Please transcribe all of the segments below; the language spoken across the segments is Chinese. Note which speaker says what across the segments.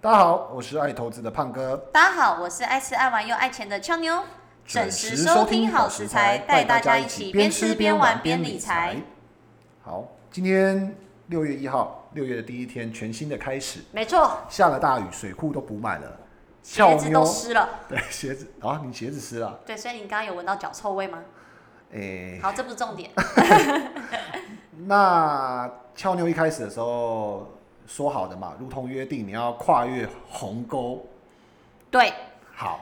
Speaker 1: 大家好，我是爱投资的胖哥，
Speaker 2: 大家好，我是爱吃爱玩又爱钱的俏妞，准时收听好食材，带大家一起边吃边玩边理财。。
Speaker 1: 好，今天六月一号，六月的第一天，全新的开始，
Speaker 2: 没错，
Speaker 1: 下了大雨，水库都补满了，
Speaker 2: 鞋
Speaker 1: 俏
Speaker 2: 子
Speaker 1: 妞
Speaker 2: 都湿了。
Speaker 1: 对鞋子啊，你鞋子湿了，
Speaker 2: 对，所以你刚刚有闻到脚臭味吗？
Speaker 1: 诶、
Speaker 2: 好，这不是重点。
Speaker 1: 那俏妞一开始的时候说好的嘛，如同约定，你要跨越鸿沟，
Speaker 2: 对，
Speaker 1: 好，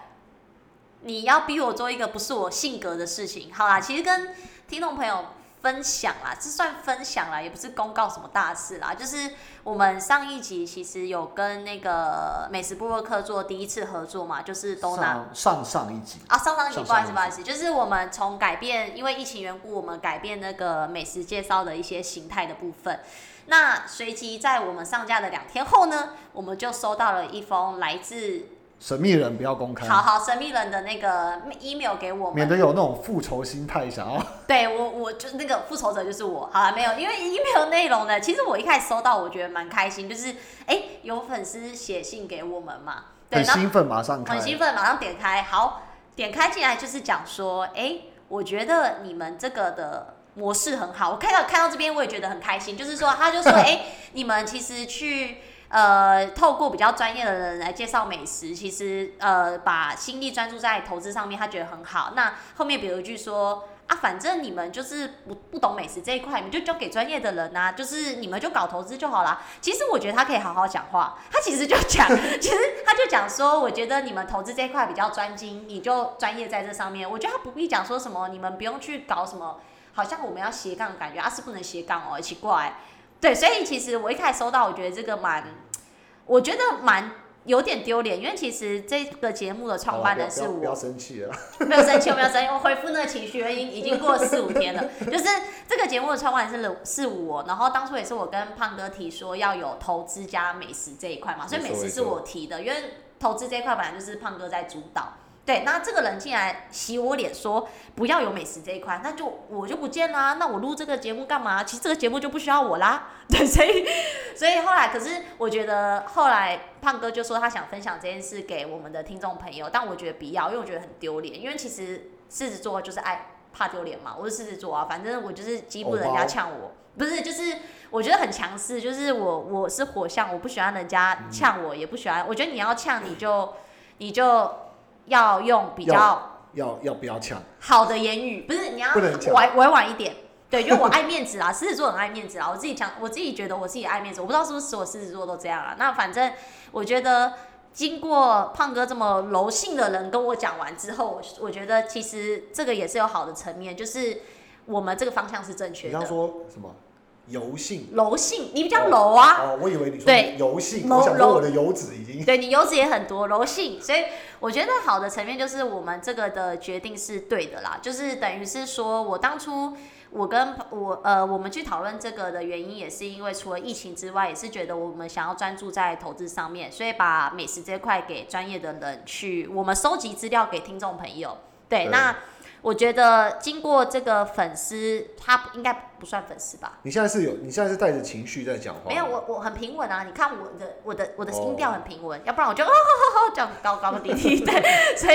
Speaker 2: 你要逼我做一个不是我性格的事情。好啦，其实跟听众朋友分享啦，这算分享啦，也不是公告什么大事啦。就是我们上一集其实有跟那个美食部落客做第一次合作嘛，就是都拿
Speaker 1: 上上上一集，
Speaker 2: 啊，上上集
Speaker 1: 上
Speaker 2: 不好意
Speaker 1: 上一
Speaker 2: 思，
Speaker 1: 集
Speaker 2: 不好意思，就是我们从改变，因为疫情缘故，我们改变那个美食介绍的一些形态的部分。那随即在我们上架的两天后呢，我们就收到了一封来自
Speaker 1: 神秘人不要公开，
Speaker 2: 好好神秘人的那个 email 给我
Speaker 1: 免
Speaker 2: 们。
Speaker 1: 得有那种复仇心态想要
Speaker 2: 对我，我就那个复仇者就是我。好了，没有，因为 email 内容呢，其实我一开始收到，我觉得蛮开心，就是哎、诶有粉丝写信给我们嘛，对，
Speaker 1: 很
Speaker 2: 然后
Speaker 1: 兴奋马上开
Speaker 2: 很，兴奋，马上点开。好，点开进来就是讲说，哎、我觉得你们这个的模式很好。我看到看到这边我也觉得很开心，就是说他就说，哎、你们其实去。呃，透过比较专业的人来介绍美食，其实呃，把心力专注在投资上面，他觉得很好。那后面比如一句说啊，反正你们就是不不懂美食这一块，你们就交给专业的人呐、就是你们就搞投资就好啦。其实我觉得他可以好好讲话，他其实就 讲，其实他就讲说，我觉得你们投资这一块比较专精，你就专业在这上面。我觉得他不必讲说什么，你们不用去搞什么，好像我们要斜杠的感觉，啊是不能斜杠哦，奇怪。对，所以其实我一开始收到，我觉得这个蛮，我觉得蛮有点丢脸，因为其实这个节目的创办人是
Speaker 1: 好啦不要不要
Speaker 2: 我，
Speaker 1: 生气了，
Speaker 2: 没有生气，我没有生气，我回复那个情绪已经已经过了四五天了。就是这个节目的创办人是是我，然后当初也是我跟胖哥提说要有投资加美食这一块嘛，所以
Speaker 1: 没
Speaker 2: 美
Speaker 1: 错
Speaker 2: 食
Speaker 1: 没
Speaker 2: 是
Speaker 1: 错
Speaker 2: 我提的，因为投资这一块本来就是胖哥在主导。对，那这个人竟然洗我脸说不要有美食这一块，那就我就不见啦。那我录这个节目干嘛？其实这个节目就不需要我啦。 对，所以所以后来，可是我觉得后来胖哥就说他想分享这件事给我们的听众朋友，但我觉得不要，因为我觉得很丢脸。因为其实狮子座就是爱怕丢脸嘛，我是狮子座啊，反正我就是激不人
Speaker 1: 偶
Speaker 2: 家
Speaker 1: 包
Speaker 2: 呛我，不是就是我觉得很强势，就是我我是火象，我不喜欢人家呛我，也不喜欢。我觉得你要呛你就你就要用比较
Speaker 1: 要要不要抢？
Speaker 2: 好的言语，不是你要
Speaker 1: 不能讲
Speaker 2: 委委婉一点。对，因为我爱面子啊 啦，狮子座很爱面子啦。我自己讲，我自己觉得我自己爱面子，我不知道是不是所有狮子座都这样啊。那反正我觉得，经过胖哥这么柔性的人跟我讲完之后，我我觉得其实这个也是有好的层面，就是我们这个方向是正确
Speaker 1: 你要
Speaker 2: 的。
Speaker 1: 说什么油性？
Speaker 2: 柔性，你比较柔啊，
Speaker 1: 哦，我以为你说
Speaker 2: 对
Speaker 1: 油性，
Speaker 2: 柔
Speaker 1: 我想说
Speaker 2: 柔
Speaker 1: 我的油脂已经
Speaker 2: 对你油脂也很多，柔性，所以我觉得好的层面就是我们这个的决定是对的啦，就是等于是说我当初我跟我呃我们去讨论这个的原因，也是因为除了疫情之外，也是觉得我们想要专注在投资上面，所以把美食这块给专业的人去，我们收集资料给听众朋友。对，
Speaker 1: 对
Speaker 2: 那我觉得经过这个粉丝，他应该不算粉丝吧？
Speaker 1: 你现在是有，你现在是带着情绪在讲话。
Speaker 2: 没有，我我很平稳啊，你看我的我的我的
Speaker 1: 哦
Speaker 2: 音调很平稳，要不然我就哦吼吼吼这样高高低低，对，所以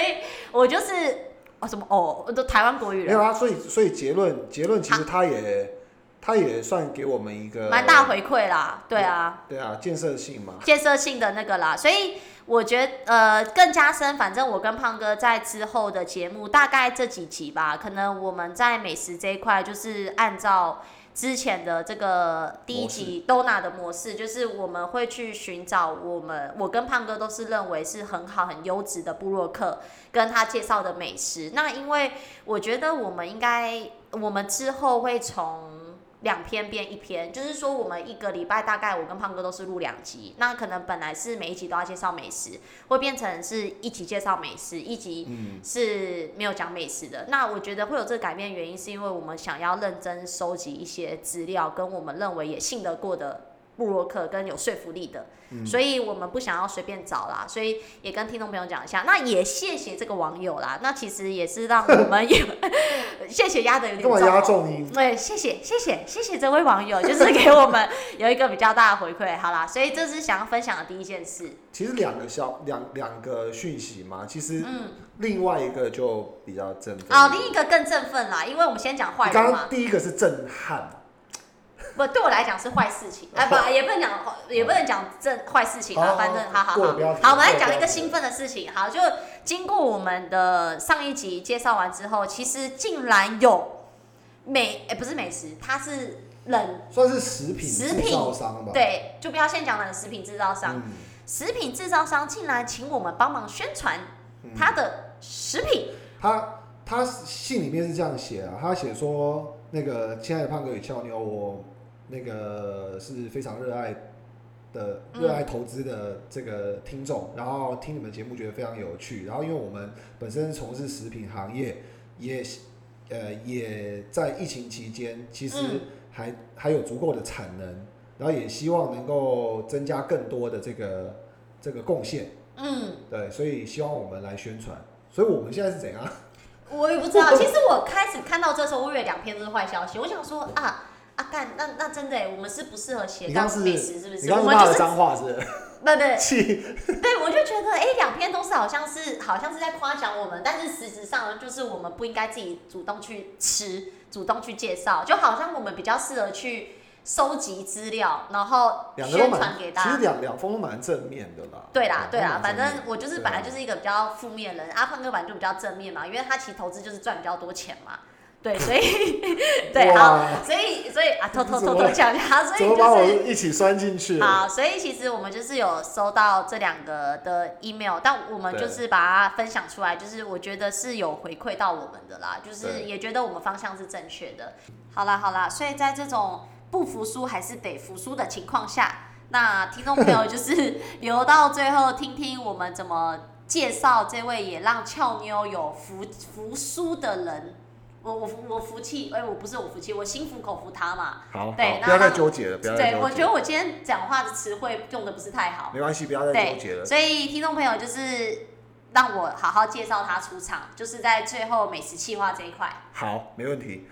Speaker 2: 我就是哦什么哦，我都台湾国语
Speaker 1: 没有
Speaker 2: 人，
Speaker 1: 啊，所以所以结论结论其实他也、他也算给我们一个
Speaker 2: 蛮大回馈啦，对啊，
Speaker 1: 对啊建设性嘛。
Speaker 2: 建设性的那个啦，所以我觉得呃更加深，反正我跟胖哥在之后的节目大概这几集吧，可能我们在美食这一块就是按照。之前的这个第一集 Dona 的模式，就是我们会去寻找我们，我跟胖哥都是认为是很好、很优质的部落客，跟他介绍的美食。那因为我觉得我们应该，我们之后会从两篇变一篇，就是说我们一个礼拜大概我跟胖哥都是录两集，那可能本来是每一集都要介绍美食，会变成是一集介绍美食，一集
Speaker 1: 嗯，
Speaker 2: 是没有讲美食的。那我觉得会有这个改变，原因是因为我们想要认真收集一些资料，跟我们认为也信得过的布洛克跟有说服力的，
Speaker 1: 嗯
Speaker 2: 所以我们不想要随便找啦，所以也跟听众朋友讲一下。那也谢谢这个网友啦，那其实也是让我 们也谢谢压的有点
Speaker 1: 干嘛
Speaker 2: 重
Speaker 1: 压
Speaker 2: 哦
Speaker 1: 中音？
Speaker 2: 对，谢谢谢谢谢谢这位网友，就是给我们有一个比较大的回馈。好啦，所以这是想要分享的第一件事。
Speaker 1: 其实两个消两两个讯息嘛，其实
Speaker 2: 嗯，
Speaker 1: 另外一个就比较振奋。
Speaker 2: 啊，另一个更振奋啦，因为我们先讲坏
Speaker 1: 你刚
Speaker 2: 人
Speaker 1: 刚
Speaker 2: 嘛，
Speaker 1: 第一个是震撼，
Speaker 2: 不对我来讲是坏事
Speaker 1: 哦
Speaker 2: 情，哎、不也不能讲，也不能讲正坏事情
Speaker 1: 好
Speaker 2: 啊
Speaker 1: 好，
Speaker 2: 反正
Speaker 1: 好
Speaker 2: 好好
Speaker 1: 哦过了不要
Speaker 2: 好
Speaker 1: 提，
Speaker 2: 好，我们来
Speaker 1: 过了不
Speaker 2: 讲
Speaker 1: 要
Speaker 2: 一个
Speaker 1: 提
Speaker 2: 兴奋的事情。好，就经过我们的上一集介绍完之后，其实竟然有美，哎、不是美食，它是冷，
Speaker 1: 算是食品
Speaker 2: 食
Speaker 1: 制
Speaker 2: 品
Speaker 1: 造商吧？，
Speaker 2: 对，就不要先讲冷食品制造商。
Speaker 1: 嗯，
Speaker 2: 食品制造商竟然请我们帮忙宣传
Speaker 1: 嗯
Speaker 2: 他的食品，
Speaker 1: 他他信里面是这样写啊，他写说那个亲爱的胖哥与俏妞，我那个是非常热爱的
Speaker 2: 嗯
Speaker 1: 热爱投资的这个听众，然后听你们节目觉得非常有趣，然后因为我们本身从事食品行业，也呃也在疫情期间，其实
Speaker 2: 嗯
Speaker 1: 还、还有足够的产能，然后也希望能够增加更多的这个这个贡献，
Speaker 2: 嗯，
Speaker 1: 对，所以希望我们来宣传，所以我们现在是怎样？
Speaker 2: 我也不 知道。其实我开始看到这时候，我以为两篇都是坏消息，我想说啊啊干，那那真的耶，我们是不适合斜
Speaker 1: 你
Speaker 2: 杠
Speaker 1: 刚是
Speaker 2: 美食，是不
Speaker 1: 你
Speaker 2: 是？
Speaker 1: 刚
Speaker 2: 我
Speaker 1: 刚骂
Speaker 2: 们就
Speaker 1: 了
Speaker 2: 是
Speaker 1: 脏话是不是？
Speaker 2: 不不
Speaker 1: 气
Speaker 2: 对，我就觉得哎，两篇都是好像是好像是在夸奖我们，但是实质上就是我们不应该自己主动去吃，主动去介绍，就好像我们比较适合去收集资料，然后
Speaker 1: 两个都
Speaker 2: 宣传
Speaker 1: 蛮，
Speaker 2: 给大
Speaker 1: 其
Speaker 2: 家
Speaker 1: 实。两两封都蛮正面哦的啦。
Speaker 2: 对啦，对
Speaker 1: 两
Speaker 2: 啦，
Speaker 1: 封都蛮
Speaker 2: 反
Speaker 1: 正面
Speaker 2: 正我就是
Speaker 1: 对啊
Speaker 2: 本来就是一个比较负面人，阿胖哥本来就比较正面嘛，因为他其实投资就是赚比较多钱嘛，对，所以 对，好，
Speaker 1: 哇
Speaker 2: 所以所以啊，偷偷
Speaker 1: 你怎
Speaker 2: 偷
Speaker 1: 么
Speaker 2: 偷讲一下，所
Speaker 1: 怎
Speaker 2: 以
Speaker 1: 么把
Speaker 2: 就
Speaker 1: 我
Speaker 2: 是。
Speaker 1: 一起拴进去？
Speaker 2: 好，所以其实我们就是有收到这两个的 email，但我们
Speaker 1: 对
Speaker 2: 就是把它分享出来，就是我觉得是有回馈到我们的啦，就是
Speaker 1: 对
Speaker 2: 也觉得我们方向是正确的。好啦好啦，所以在这种不服输还是得服输的情况下，那听众朋友就是 留到最后听听我们怎么介绍这位也让俏妞有服服输的人。我我服我服气，哎、我不是我服气，我心服口服他嘛。
Speaker 1: 好，
Speaker 2: 对
Speaker 1: 好
Speaker 2: 那
Speaker 1: 不要再
Speaker 2: 他
Speaker 1: 纠结了，不要再
Speaker 2: 对，
Speaker 1: 纠
Speaker 2: 我
Speaker 1: 结
Speaker 2: 觉得我今天讲话的词汇用的不是太好。
Speaker 1: 没关系，不要再纠结了。
Speaker 2: 所以听众朋友就是让我好好介绍他出场，就是在最后美食企划这一块。
Speaker 1: 好，没问题。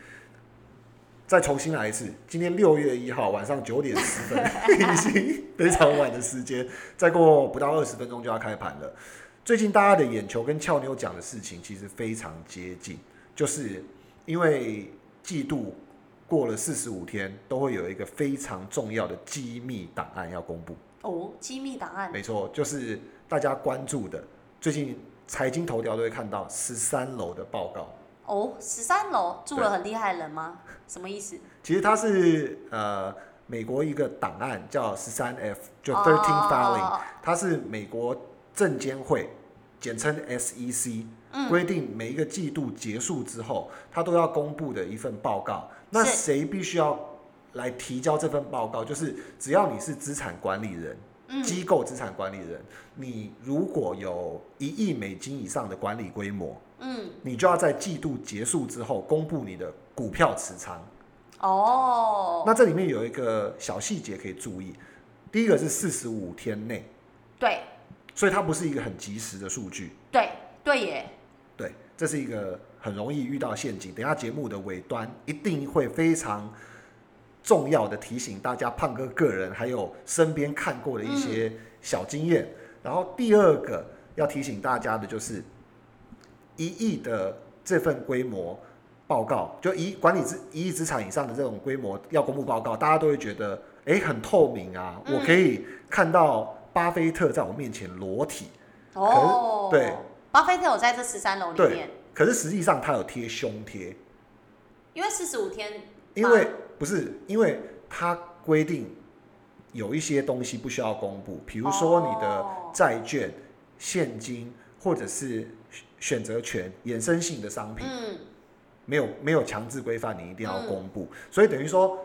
Speaker 1: 再重新来一次，今天六月一号晚上九点十分，已经非常晚的时间，再过不到二十分钟就要开盘了。最近大家的眼球跟俏妞讲的事情其实非常接近，就是因为季度过了四十五天，都会有一个非常重要的机密档案要公布。
Speaker 2: 哦，机密档案，
Speaker 1: 没错，就是大家关注的，最近财经头条都会看到十三楼的报告。
Speaker 2: 哦，十三楼住
Speaker 1: 对
Speaker 2: 了很厉害的人吗？什么意思？
Speaker 1: 其实它是呃美国一个档案叫十三 F，就
Speaker 2: 哦
Speaker 1: Thirteen Filing，、
Speaker 2: 哦
Speaker 1: 它是美国证监会，简称 SEC，规
Speaker 2: 嗯
Speaker 1: 定每一个季度结束之后，它都要公布的一份报告。那
Speaker 2: 是
Speaker 1: 谁必须要来提交这份报告？就是只要你是资产管理人。
Speaker 2: 嗯
Speaker 1: 机构资产管理人，你如果有一亿美金以上的管理规模，
Speaker 2: 嗯，
Speaker 1: 你就要在季度结束之后公布你的股票持仓。
Speaker 2: 哦，
Speaker 1: 那这里面有一个小细节可以注意，第一个是四十五天内，
Speaker 2: 对
Speaker 1: 所以它不是一个很及时的数据，
Speaker 2: 对对耶，
Speaker 1: 对，这是一个很容易遇到陷阱。等一下节目的尾端一定会非常重要的提醒大家，胖哥个人还有身边看过的一些小经验。然后第二个要提醒大家的就是，一亿的这份规模报告，就一管理资一亿资产以上的这种规模要公布报告，大家都会觉得诶很透明啊，
Speaker 2: 嗯
Speaker 1: 我可以看到巴菲特在我面前裸体。
Speaker 2: 哦，
Speaker 1: 可是对，
Speaker 2: 巴菲特有在这十三楼里
Speaker 1: 对
Speaker 2: 面，，
Speaker 1: 可是实际上他有贴胸贴。
Speaker 2: 因为四十五天吧，
Speaker 1: 因为不是，因为它规定有一些东西不需要公布，比如说你的
Speaker 2: 哦
Speaker 1: 债券、现金或者是选择权、衍生性的商品，
Speaker 2: 嗯
Speaker 1: 没有没有强制规范你一定要
Speaker 2: 嗯
Speaker 1: 公布，所以等于说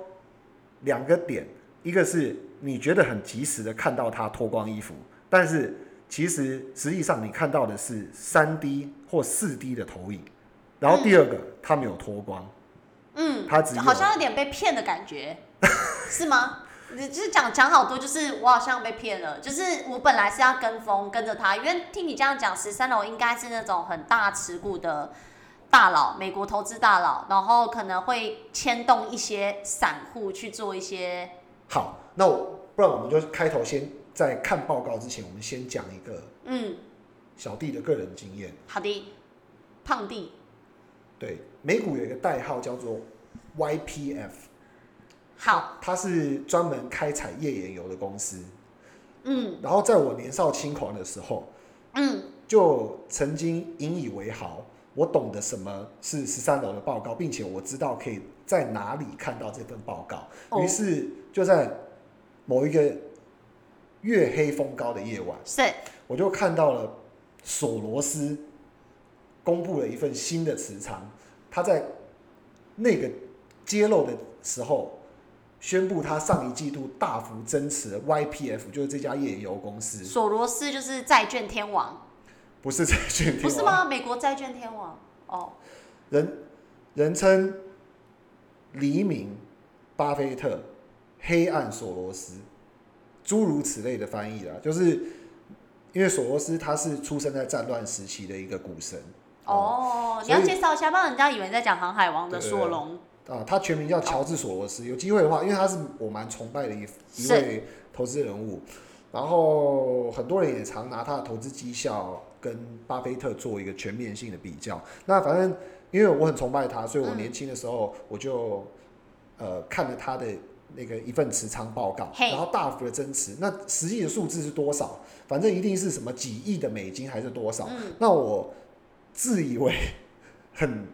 Speaker 1: 两个点，一个是你觉得很及时的看到他脱光衣服，但是其实实际上你看到的是三 D 或四 D 的投影，然后第二个、他没有脱光，
Speaker 2: 嗯，
Speaker 1: 他只有
Speaker 2: 好像有点被骗的感觉，是吗？你就是讲讲好多，就是我好像被骗了，就是我本来是要跟风跟着他，因为听你这样讲，十三楼应该是那种很大持股的大佬，美国投资大佬，然后可能会牵动一些散户去做一些，
Speaker 1: 好，那我不然我们就开头先在看报告之前，我们先讲一个
Speaker 2: 嗯，
Speaker 1: 小弟的个人经验。
Speaker 2: 好的，胖弟，
Speaker 1: 对，美股有一个代号叫做 YPF，
Speaker 2: 好，
Speaker 1: 它是专门开采页岩油的公司。
Speaker 2: 嗯
Speaker 1: 然后在我年少轻狂的时候，
Speaker 2: 嗯，
Speaker 1: 就曾经引以为豪，我懂得什么是十三楼的报告，并且我知道可以在哪里看到这份报告。
Speaker 2: 哦
Speaker 1: 于是就在某一个月黑风高的夜晚，
Speaker 2: 是，
Speaker 1: 我就看到了索罗斯公布了一份新的持仓，他在那个揭露的时候宣布他上一季度大幅增持了 YPF，就是这家页岩油公司，
Speaker 2: 索罗斯就是债券天王，
Speaker 1: 不是在选
Speaker 2: 不是？吗？美国债券天王，哦，
Speaker 1: 人人称黎明、巴菲特、黑暗索罗斯，诸如此类的翻译啦，就是因为索罗斯他是出生在战乱时期的一个股神。
Speaker 2: 哦，你
Speaker 1: 所
Speaker 2: 要
Speaker 1: 以
Speaker 2: 介绍一下，不然人家以为你在讲《航海王》的
Speaker 1: 对
Speaker 2: 索隆。
Speaker 1: 啊，他全名叫乔治·索罗斯。有机会的话，因为他是我蛮崇拜的一一
Speaker 2: 是
Speaker 1: 位投资人物，然后很多人也常拿他的投资绩效跟巴菲特做一个全面性的比较。那反正因为我很崇拜他，所以我
Speaker 2: 嗯
Speaker 1: 年轻的时候我就、呃看了他的那个一份持仓报告，
Speaker 2: 嘿
Speaker 1: 然后大幅的增持。那实际的数字是多少？反正一定是什么几亿的美金还是多少？
Speaker 2: 嗯
Speaker 1: 那我自以为很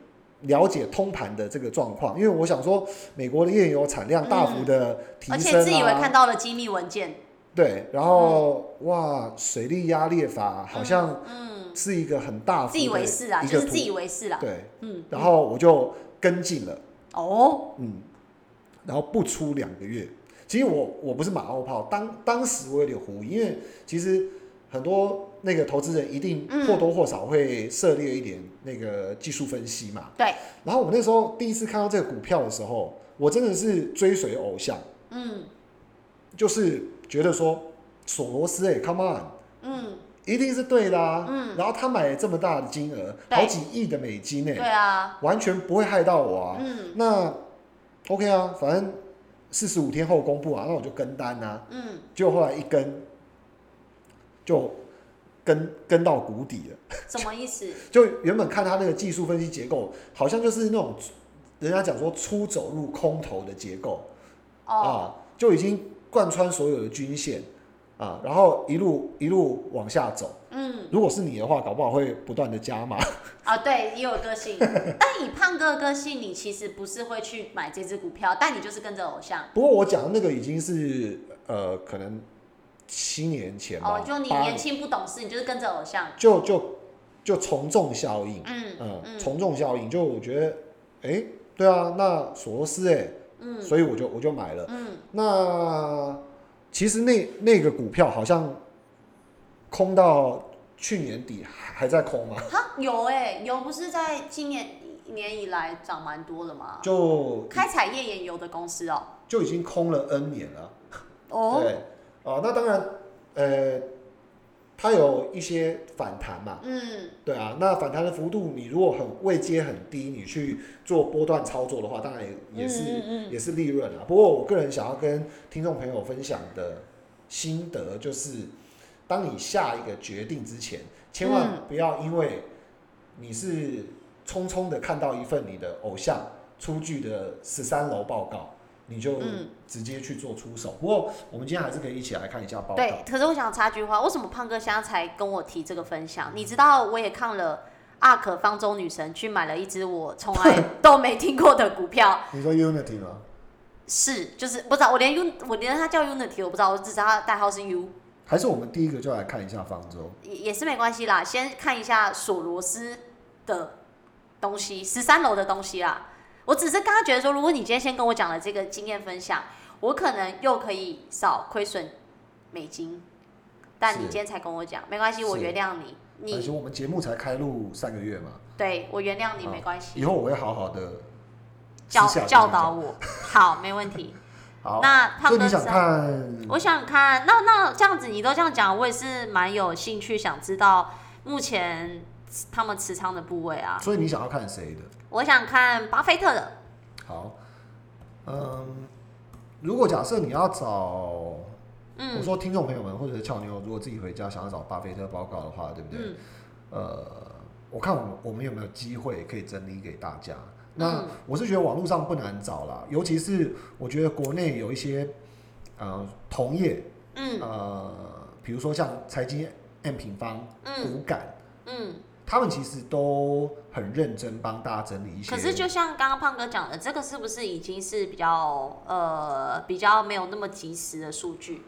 Speaker 1: 了解通盘的这个状况，因为我想说，美国的页岩油产量大幅的提
Speaker 2: 嗯
Speaker 1: 升、
Speaker 2: 而
Speaker 1: 啊
Speaker 2: 且自以为看到了机密文件，
Speaker 1: 对，然后、哇，水力压裂法好像
Speaker 2: 嗯，
Speaker 1: 是一个很大幅
Speaker 2: 自
Speaker 1: 的一
Speaker 2: 以为
Speaker 1: 个
Speaker 2: 是啊，就是
Speaker 1: 图
Speaker 2: 自以为是啦，
Speaker 1: 对，
Speaker 2: 嗯，
Speaker 1: 然后我就跟进了，
Speaker 2: 哦，
Speaker 1: 嗯，然后不出两个月，其实我我不是马后炮，当当时我有点狐疑，因为其实很多那个投资人一定
Speaker 2: 嗯
Speaker 1: 或多或少会涉猎一点那个技术分析嘛，
Speaker 2: 对，
Speaker 1: 然后我那时候第一次看到这个股票的时候，我真的是追随偶像，
Speaker 2: 嗯
Speaker 1: 就是觉得说索罗斯哎、c o m e on，
Speaker 2: 嗯，
Speaker 1: 一定是对的啊。
Speaker 2: 嗯
Speaker 1: 然后他买了这么大的金额，
Speaker 2: 对
Speaker 1: 好几亿的美金哎、
Speaker 2: 对啊，
Speaker 1: 完全不会害到我啊。
Speaker 2: 嗯
Speaker 1: 那 OK 啊，反正四十五天后公布啊，那我就跟单啊。
Speaker 2: 嗯，
Speaker 1: 就后来一跟，就跟跟到谷底了。
Speaker 2: 什么 意思？
Speaker 1: 就原本看他那个技术分析结构，好像就是那种人家讲说出走入空头的结构
Speaker 2: 哦，
Speaker 1: 啊，就已经贯穿所有的均线啊，然后一路一路往下走。
Speaker 2: 嗯
Speaker 1: 如果是你的话，搞不好会不断的加码。
Speaker 2: 啊，对，也有 个性，但以胖哥的个性，你其实不是会去买这只股票，但你就是跟着偶像，
Speaker 1: 不过我讲的那个已经是呃，可能七年前吧，
Speaker 2: 哦，就你
Speaker 1: 八
Speaker 2: 年轻不懂事，你就是跟着偶像，
Speaker 1: 就就就从众效应，
Speaker 2: 嗯
Speaker 1: 嗯，
Speaker 2: 嗯
Speaker 1: 从众效应，就我觉得，哎、对啊，那索罗斯哎、
Speaker 2: 嗯
Speaker 1: 所以我就我就买了。
Speaker 2: 嗯，
Speaker 1: 那其实那那个股票好像空到去年底还还在空嘛，
Speaker 2: 哈，有哎，有不是在今年年以来涨蛮多的吗？
Speaker 1: 就
Speaker 2: 开采页岩油的公司哦，
Speaker 1: 就已经空了 N 年了。对
Speaker 2: 哦，，
Speaker 1: 啊、那当然，呃，它有一些反弹嘛，
Speaker 2: 嗯
Speaker 1: 对啊，那反弹的幅度，你如果很位阶很低，你去做波段操作的话，当然也也是、
Speaker 2: 嗯嗯嗯
Speaker 1: 也是利润啊。不过我个人想要跟听众朋友分享的心得就是，当你下一个决定之前，千万不要因为你是匆匆的看到一份你的偶像出具的十三楼报告，你就
Speaker 2: 嗯
Speaker 1: 直接去做出手。不过我们今天还是可以一起来看一下报告。
Speaker 2: 对，可是我想插句话，为什么胖哥现在才跟我提这个分享？你知道我也看了阿可方舟女神去买了一只我从来都没听过的股票，
Speaker 1: 你说 Unity 吗？
Speaker 2: 是就是不知道，我连 U 我连它叫 Unity 我不知道，我只知道它的代号是 U，
Speaker 1: 还是我们第一个就来看一下方舟？
Speaker 2: 也也是没关系啦。先看一下索罗斯的东西，十三楼的东西啦。我只是刚刚觉得说，如果你今天先跟我讲了这个经验分享，我可能又可以少亏损美金，但
Speaker 1: 是
Speaker 2: 你今天才跟我讲，没关系，我
Speaker 1: 是
Speaker 2: 原谅你。
Speaker 1: 而
Speaker 2: 你
Speaker 1: 且我们节目才开录三个月嘛，
Speaker 2: 对我原谅你
Speaker 1: 好
Speaker 2: 没关
Speaker 1: 以
Speaker 2: 系，
Speaker 1: 后我会好好的
Speaker 2: 教
Speaker 1: 私下跟你
Speaker 2: 教
Speaker 1: 讲
Speaker 2: 导我，好，没问题。
Speaker 1: 好，
Speaker 2: 那胖
Speaker 1: 所以
Speaker 2: 哥
Speaker 1: 你想
Speaker 2: 三
Speaker 1: 看
Speaker 2: 我想看，那那这样子你都这样讲，我也是蛮有兴趣，想知道目前他们持仓的部位啊。
Speaker 1: 所以你想要看谁的？
Speaker 2: 我想看巴菲特的，
Speaker 1: 好，嗯，如果假设你要找，我
Speaker 2: 嗯
Speaker 1: 说听众朋友们或者是俏妞，如果自己回家想要找巴菲特报告的话，对不对？
Speaker 2: 嗯
Speaker 1: 呃，我看我们我们有没有机会可以整理给大家。那
Speaker 2: 嗯
Speaker 1: 我是觉得网络上不难找啦，尤其是我觉得国内有一些呃同业，
Speaker 2: 嗯
Speaker 1: 呃，比如说像财经 M 平方、
Speaker 2: 嗯
Speaker 1: 股感，
Speaker 2: 嗯。
Speaker 1: 他们其实都很认真帮大家整理一些。呃
Speaker 2: 可是就像刚刚胖哥讲的，这个是不是已经是比较呃比较没有那么及时的数据？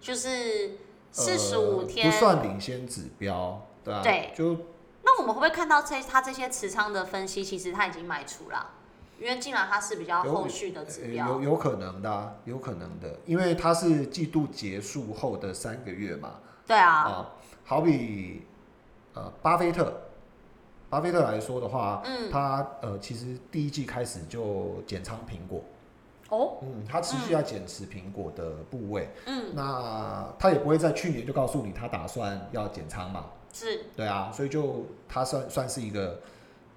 Speaker 2: 就是四十五
Speaker 1: 呃
Speaker 2: 天、
Speaker 1: 不算领先指标，对吧、
Speaker 2: 对
Speaker 1: 就
Speaker 2: 那我们会不会看到这他这些持仓的分析，其实他已经卖出了，因为进来它是比较
Speaker 1: 有
Speaker 2: 后续的指
Speaker 1: 呃
Speaker 2: 标。
Speaker 1: 有有可能的啊、有可能的，因为它是季度结束后的三个月嘛，
Speaker 2: 对
Speaker 1: 啊、
Speaker 2: 啊，
Speaker 1: 好比呃巴菲特，巴菲特来说的话，
Speaker 2: 嗯，
Speaker 1: 他呃其实第一季开始就减仓苹果，
Speaker 2: 哦，
Speaker 1: 嗯，他持续要减持苹果的部位，
Speaker 2: 嗯，
Speaker 1: 那他也不会在去年就告诉你他打算要减仓嘛，
Speaker 2: 是，
Speaker 1: 对啊，所以就他算算是一个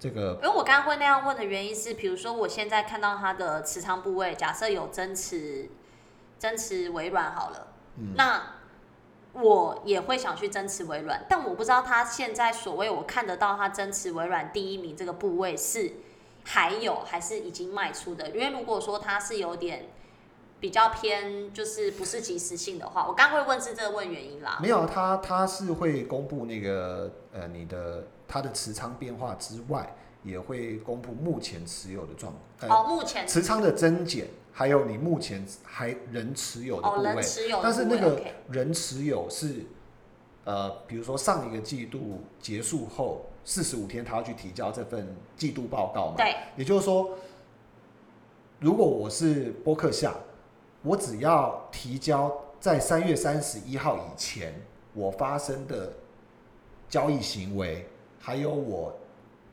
Speaker 1: 这个
Speaker 2: 因为我刚刚会那样问的原因是，比如说我现在看到它的持仓部位，假设有增持，增持微软好了，
Speaker 1: 嗯
Speaker 2: 那我也会想去增持微软，但我不知道它现在所谓我看得到它增持微软第一名这个部位是还有还是已经卖出的，因为如果说它是有点比较偏，就是不是及时性的话，我刚刚会问是这个问原因啦，
Speaker 1: 没有，啊他他是会公布那个呃你的他的持仓变化之外，也会公布目前持有的状呃
Speaker 2: 哦，目前
Speaker 1: 持仓的增减，还有你目前还仍持有的
Speaker 2: 哦
Speaker 1: 部
Speaker 2: 人
Speaker 1: 位。
Speaker 2: 持有的部位，
Speaker 1: 但是那个
Speaker 2: OK
Speaker 1: 仍持有是呃，比如说上一个季度结束后四十五天，他要去提交这份季度报告嘛。
Speaker 2: 对，
Speaker 1: 也就是说，如果我是播客下，我只要提交在三月三十一号以前我发生的交易行为，还有我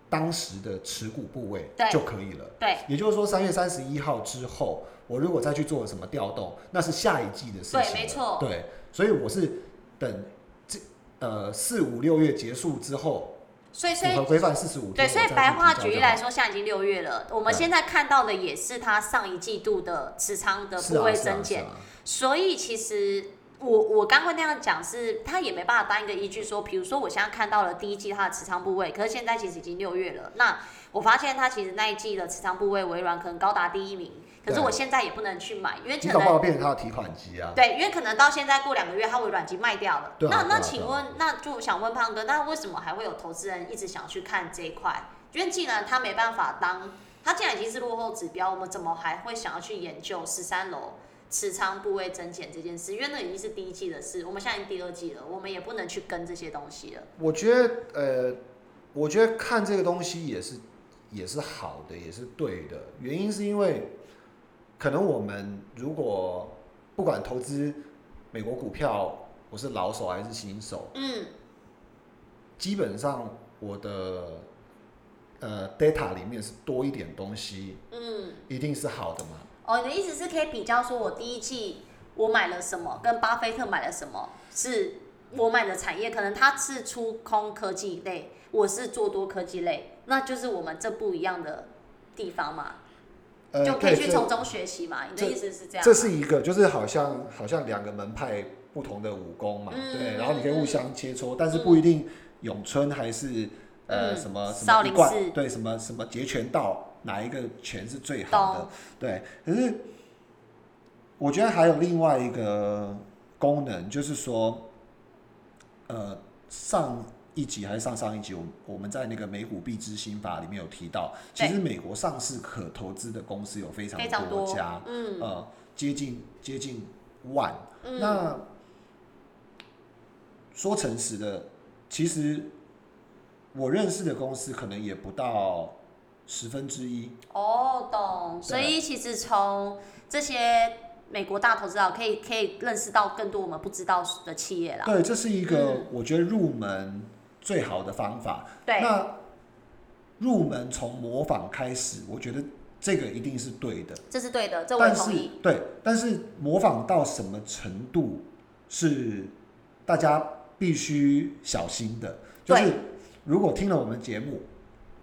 Speaker 1: 当时的持股部位
Speaker 2: 对
Speaker 1: 就可以了。
Speaker 2: 对
Speaker 1: 也就是说，三月三十一号之后，我如果再去做什么调动，那是下一季的事情了。
Speaker 2: 对没错
Speaker 1: 对，所以我是等这呃四五六月结束之后，
Speaker 2: 所以所以
Speaker 1: 符合规范四十五
Speaker 2: 对，
Speaker 1: 天。
Speaker 2: 所以
Speaker 1: 我再去
Speaker 2: 白话
Speaker 1: 提交
Speaker 2: 举例
Speaker 1: 就好
Speaker 2: 来说，现在已经六月了，我们
Speaker 1: 对
Speaker 2: 现在看到的也是它上一季度的持仓的
Speaker 1: 是啊
Speaker 2: 部位
Speaker 1: 是啊
Speaker 2: 增减，
Speaker 1: 是啊
Speaker 2: 所以其实。我我刚会那样讲是，它也没办法当一个依据说，比如说我现在看到了第一季它的持仓部位，可是现在其实已经六月了，那我发现它其实那一季的持仓部位微软可能高达第一名，可是
Speaker 1: 对
Speaker 2: 我现在也不能去买，因为
Speaker 1: 你
Speaker 2: 可
Speaker 1: 搞不好
Speaker 2: 能
Speaker 1: 变成他的提款机啊。
Speaker 2: 对，因为可能到现在过两个月它微软已经卖掉了。
Speaker 1: 对啊
Speaker 2: 那
Speaker 1: 对啊对
Speaker 2: 那
Speaker 1: 啊
Speaker 2: 请问，那就想问胖哥，那为什么还会有投资人一直想要去看这一块？因为既然他没办法当，他既然已经是落后指标，我们怎么还会想要去研究十三楼持仓部位增减这件事？因为那已经是第一季的事，我们现在已经第二季了，我们也不能去跟这些东西了。
Speaker 1: 我觉得呃，我觉得看这个东西也是也是好的，也是对的。原因是因为可能我们如果不管投资美国股票，我是老手还是新手，
Speaker 2: 嗯，
Speaker 1: 基本上我的呃 data 里面是多一点东西，
Speaker 2: 嗯，
Speaker 1: 一定是好的嘛。
Speaker 2: 哦，你的意思是可以比较说，我第一季我买了什么，跟巴菲特买了什么，是我买的产业，可能他是出空科技类，我是做多科技类，那就是我们这不一样的地方嘛，
Speaker 1: 呃，
Speaker 2: 就可
Speaker 1: 对
Speaker 2: 以去
Speaker 1: 这
Speaker 2: 从中学习嘛。你的
Speaker 1: 这
Speaker 2: 意思是这样吗？啊
Speaker 1: 这是一个，就是好像好像两个门派不同的武功嘛，
Speaker 2: 嗯
Speaker 1: 对，然后你可以互相切磋，但是不一定咏春还是呃
Speaker 2: 嗯
Speaker 1: 什么什
Speaker 2: 少
Speaker 1: 么一
Speaker 2: 林
Speaker 1: 贯
Speaker 2: 寺
Speaker 1: 对什么什么截拳道哪一个拳是最好的
Speaker 2: 懂？，
Speaker 1: 对，可是我觉得还有另外一个功能，就是说，呃，上一集还是上上一集，我们我们在那个美股币之心法里面有提到，其
Speaker 2: 对
Speaker 1: 实美国上市可投资的公司有非常
Speaker 2: 非常多
Speaker 1: 家，，
Speaker 2: 嗯
Speaker 1: 呃，接近接近万。
Speaker 2: 嗯
Speaker 1: 那说诚实的，其实我认识的公司可能也不到十分之一。
Speaker 2: 哦，懂。所以其实从这些美国大投资啊佬可以可以认识到更多我们不知道的企业啦。
Speaker 1: 对，这是一个
Speaker 2: 啊嗯
Speaker 1: 我觉得入门最好的方法。
Speaker 2: 对，
Speaker 1: 那入门从模仿开始，我觉得这个一定是对的。
Speaker 2: 这是对的，这我也
Speaker 1: 但
Speaker 2: 同
Speaker 1: 是
Speaker 2: 意。
Speaker 1: 对，但是模仿到什么程度是大家必须小心的，就是
Speaker 2: 对
Speaker 1: 如果听了我们节目，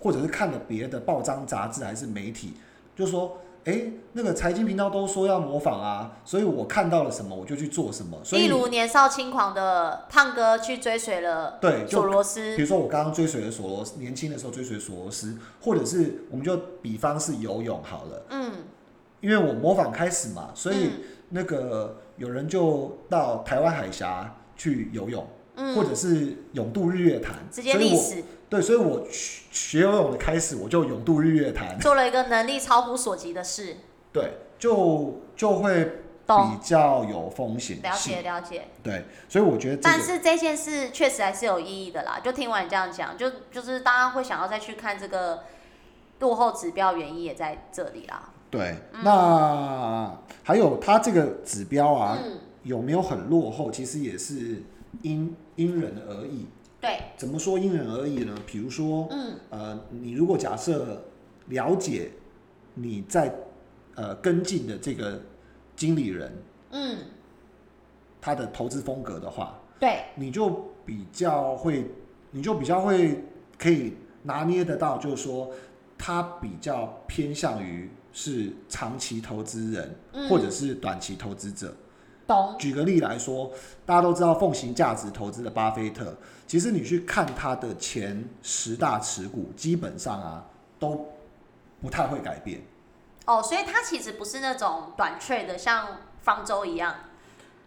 Speaker 1: 或者是看了别的报章、杂志还是媒体，就说。诶，那个财经频道都说要模仿啊，所以我看到了什么我就去做什么。所
Speaker 2: 例
Speaker 1: 以，
Speaker 2: 如年少轻狂的胖哥去追随了
Speaker 1: 对，就
Speaker 2: 索罗
Speaker 1: 比
Speaker 2: 斯，
Speaker 1: 如说我刚刚追随的索罗斯，年轻的时候追随索罗斯，或者是我们就比方是游泳好了，
Speaker 2: 嗯，
Speaker 1: 因为我模仿开始嘛，所以
Speaker 2: 嗯
Speaker 1: 那个有人就到台湾海峡去游泳，
Speaker 2: 嗯
Speaker 1: 或者是泳渡日月潭，
Speaker 2: 直接
Speaker 1: 所以
Speaker 2: 历
Speaker 1: 我
Speaker 2: 史
Speaker 1: 对，所以我学学游泳的开始，我就泳渡日月潭，
Speaker 2: 做了一个能力超乎所及 的事，
Speaker 1: 对，就就会
Speaker 2: 懂？
Speaker 1: 比较有风险
Speaker 2: 了
Speaker 1: 性
Speaker 2: 解，了解。
Speaker 1: 对，所以我觉得这
Speaker 2: 但
Speaker 1: 个
Speaker 2: 是这件事确实还是有意义的啦。就听完你这样讲，就就是大家会想要再去看这个落后指标，原因也在这里啦。
Speaker 1: 对，
Speaker 2: 嗯
Speaker 1: 那还有它这个指标啊，
Speaker 2: 嗯，
Speaker 1: 有没有很落后，其实也是因因人而异。
Speaker 2: 对，
Speaker 1: 怎么说因人而异呢？比如说，
Speaker 2: 嗯，
Speaker 1: 呃，你如果假设了解你在呃跟进的这个经理人
Speaker 2: 嗯，
Speaker 1: 他的投资风格的话，
Speaker 2: 对，
Speaker 1: 你就比较会，你就比较会可以拿捏得到，就是说他比较偏向于是长期投资人、
Speaker 2: 嗯
Speaker 1: 或者是短期投资者。
Speaker 2: 懂，
Speaker 1: 举个例来说，大家都知道奉行价值投资的巴菲特，其实你去看他的前十大持股，基本上啊都不太会改变。
Speaker 2: 哦，所以它其实不是那种短脆的，像方舟一样。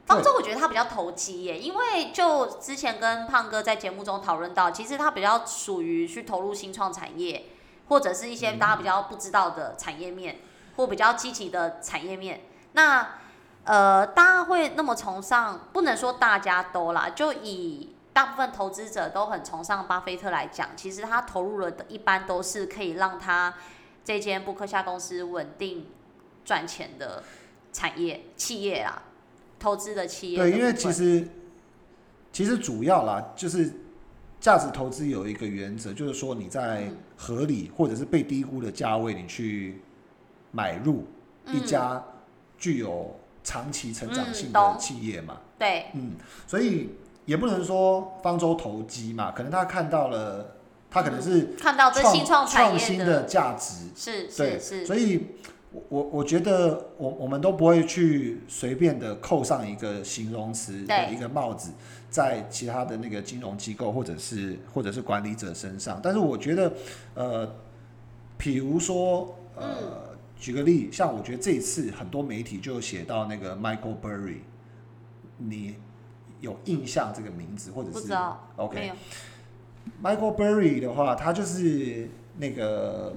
Speaker 2: 方
Speaker 1: 对
Speaker 2: 舟我觉得它比较投机耶，因为就之前跟胖哥在节目中讨论到，其实它比较属于去投入新创产业，或者是一些大家比较不知道的产业面，或比较积极的产业面。那呃，大家会那么崇尚，不能说大家都啦，就以大部分投资者都很崇尚巴菲特来讲，其实他投入了的一般都是可以让他这间布克夏公司稳定赚钱的产业企业啦，投资的企业的
Speaker 1: 对，
Speaker 2: 部分。
Speaker 1: 因为其实其实主要啦，就是价值投资有一个原则，就是说你在
Speaker 2: 嗯
Speaker 1: 合理或者是被低估的价位，你去买入一家具有长期成长
Speaker 2: 嗯
Speaker 1: 性的
Speaker 2: 懂
Speaker 1: 企业嘛。
Speaker 2: 对，
Speaker 1: 嗯，所以也不能说方舟投机嘛，可能他看到了，他可能是
Speaker 2: 看到这嗯哦新创
Speaker 1: 创
Speaker 2: 产
Speaker 1: 创
Speaker 2: 业
Speaker 1: 新的价值，
Speaker 2: 是是
Speaker 1: 对，
Speaker 2: 是，
Speaker 1: 所以我我我觉得我我们都不会去随便的扣上一个形容词的
Speaker 2: 对
Speaker 1: 一个帽子，在其他的那个金融机构或者是或者是管理者身上，但是我觉得，呃，比如说
Speaker 2: 嗯
Speaker 1: 呃，举个例，像我觉得这一次很多媒体就有写到那个 Michael Burry，你有印象这个名字或者
Speaker 2: 不知
Speaker 1: 是
Speaker 2: 道
Speaker 1: OK
Speaker 2: 没有
Speaker 1: Michael Burry 的话，他就是那个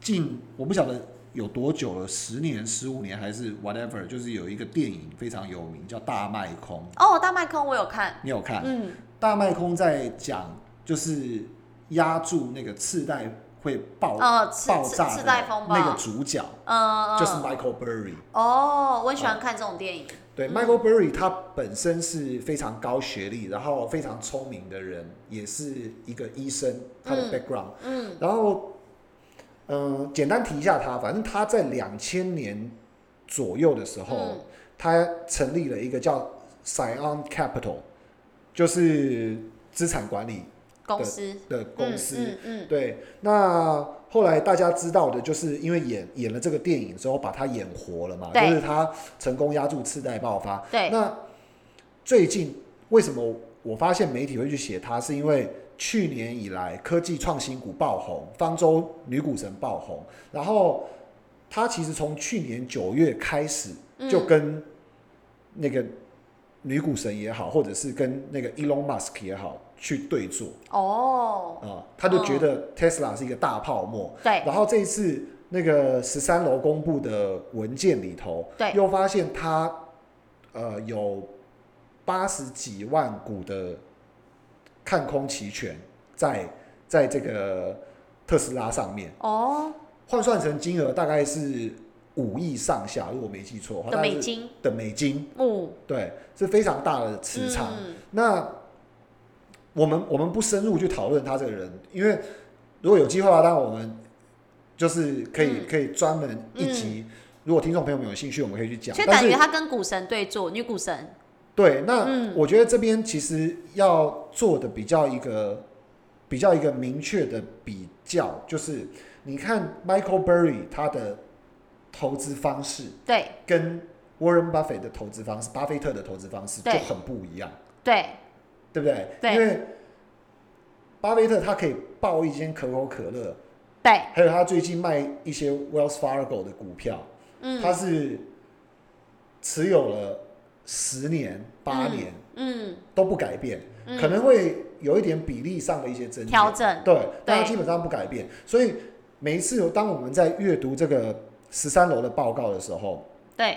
Speaker 1: 近我不晓得有多久了，十年、十五年还是 whatever，就是有一个电影非常有名叫《大麦空》，
Speaker 2: 哦，大麦空我有看，
Speaker 1: 你有看？
Speaker 2: 嗯，
Speaker 1: 大麦空在讲就是压住那个次贷会爆、
Speaker 2: 呃，次
Speaker 1: 爆
Speaker 2: 次
Speaker 1: 炸
Speaker 2: 次
Speaker 1: 的
Speaker 2: 贷风暴，
Speaker 1: 那个主角
Speaker 2: 嗯，
Speaker 1: 就是
Speaker 2: 嗯
Speaker 1: Michael Burry。
Speaker 2: 哦，我很喜
Speaker 1: 嗯
Speaker 2: 欢看这种电影，
Speaker 1: 对
Speaker 2: 嗯
Speaker 1: ，Michael Burry 他本身是非常高学历，然后非常聪明的人，也是一个医生，他的
Speaker 2: 嗯
Speaker 1: background。
Speaker 2: 嗯，
Speaker 1: 然后，嗯、简单提一下他，反正他在两千年左右的时候，
Speaker 2: 嗯
Speaker 1: 他成立了一个叫 Scion Capital，就是资产管理
Speaker 2: 公司
Speaker 1: 的公司。
Speaker 2: 嗯嗯
Speaker 1: 对，那后来大家知道的就是，因为演演了这个电影之后，把他演活了嘛，就
Speaker 2: 对
Speaker 1: 是他成功压住次贷爆发
Speaker 2: 嗯，。对，
Speaker 1: 那最近为什么我发现媒体会去写它，是因为去年以来科技创新股爆红，方舟女股神爆红，然后它其实从去年九月开始
Speaker 2: 嗯
Speaker 1: 就跟那个女股神也好，或者是跟那个 Elon Musk 也好去对坐
Speaker 2: 哦，
Speaker 1: 啊，他就觉得 Tesla 是一个大泡沫，
Speaker 2: 对
Speaker 1: 然后这一次那个十三楼公布的文件里头，
Speaker 2: 对
Speaker 1: 又发现它呃有八十几万股的看空期权在在这个特斯拉上面，
Speaker 2: 哦
Speaker 1: 换算成金额大概是五亿上下，如果没记错的话，
Speaker 2: 的
Speaker 1: 大概
Speaker 2: 美
Speaker 1: 是
Speaker 2: 金，
Speaker 1: 的美金，
Speaker 2: 嗯，
Speaker 1: 对，哦是非常大的持仓。
Speaker 2: 嗯
Speaker 1: 那我们我们不深入去讨论他这个人，因为如果有机会的话，当然我们就是可以、
Speaker 2: 嗯
Speaker 1: 可以专门一集。如果听众朋友们有兴趣，我们可以去讲。
Speaker 2: 所以
Speaker 1: 但
Speaker 2: 等于
Speaker 1: 是
Speaker 2: 她跟股神对坐，女股神，
Speaker 1: 对，那
Speaker 2: 嗯
Speaker 1: 我觉得这边其实要做的比较一个比较一个明确的比较，就是你看 Michael Burry 他的投资方式
Speaker 2: 对
Speaker 1: 跟 Warren Buffett 的投资方式，巴菲特的投资方式就
Speaker 2: 对
Speaker 1: 很不一样，
Speaker 2: 对
Speaker 1: 对不对？
Speaker 2: 对
Speaker 1: 因为巴菲特他可以爆一间可口可乐，
Speaker 2: 对，
Speaker 1: 还有他最近卖一些 Wells Fargo 的股票，他
Speaker 2: 嗯
Speaker 1: 是持有了十年、八
Speaker 2: 嗯
Speaker 1: 年
Speaker 2: 嗯
Speaker 1: 都不改变，可
Speaker 2: 嗯，
Speaker 1: 能会有一点比例上的一些增减
Speaker 2: 调整，
Speaker 1: 对，但
Speaker 2: 对
Speaker 1: 基本上不改变。所以每一次有当我们在阅读这个十三楼的报告的时候，
Speaker 2: 对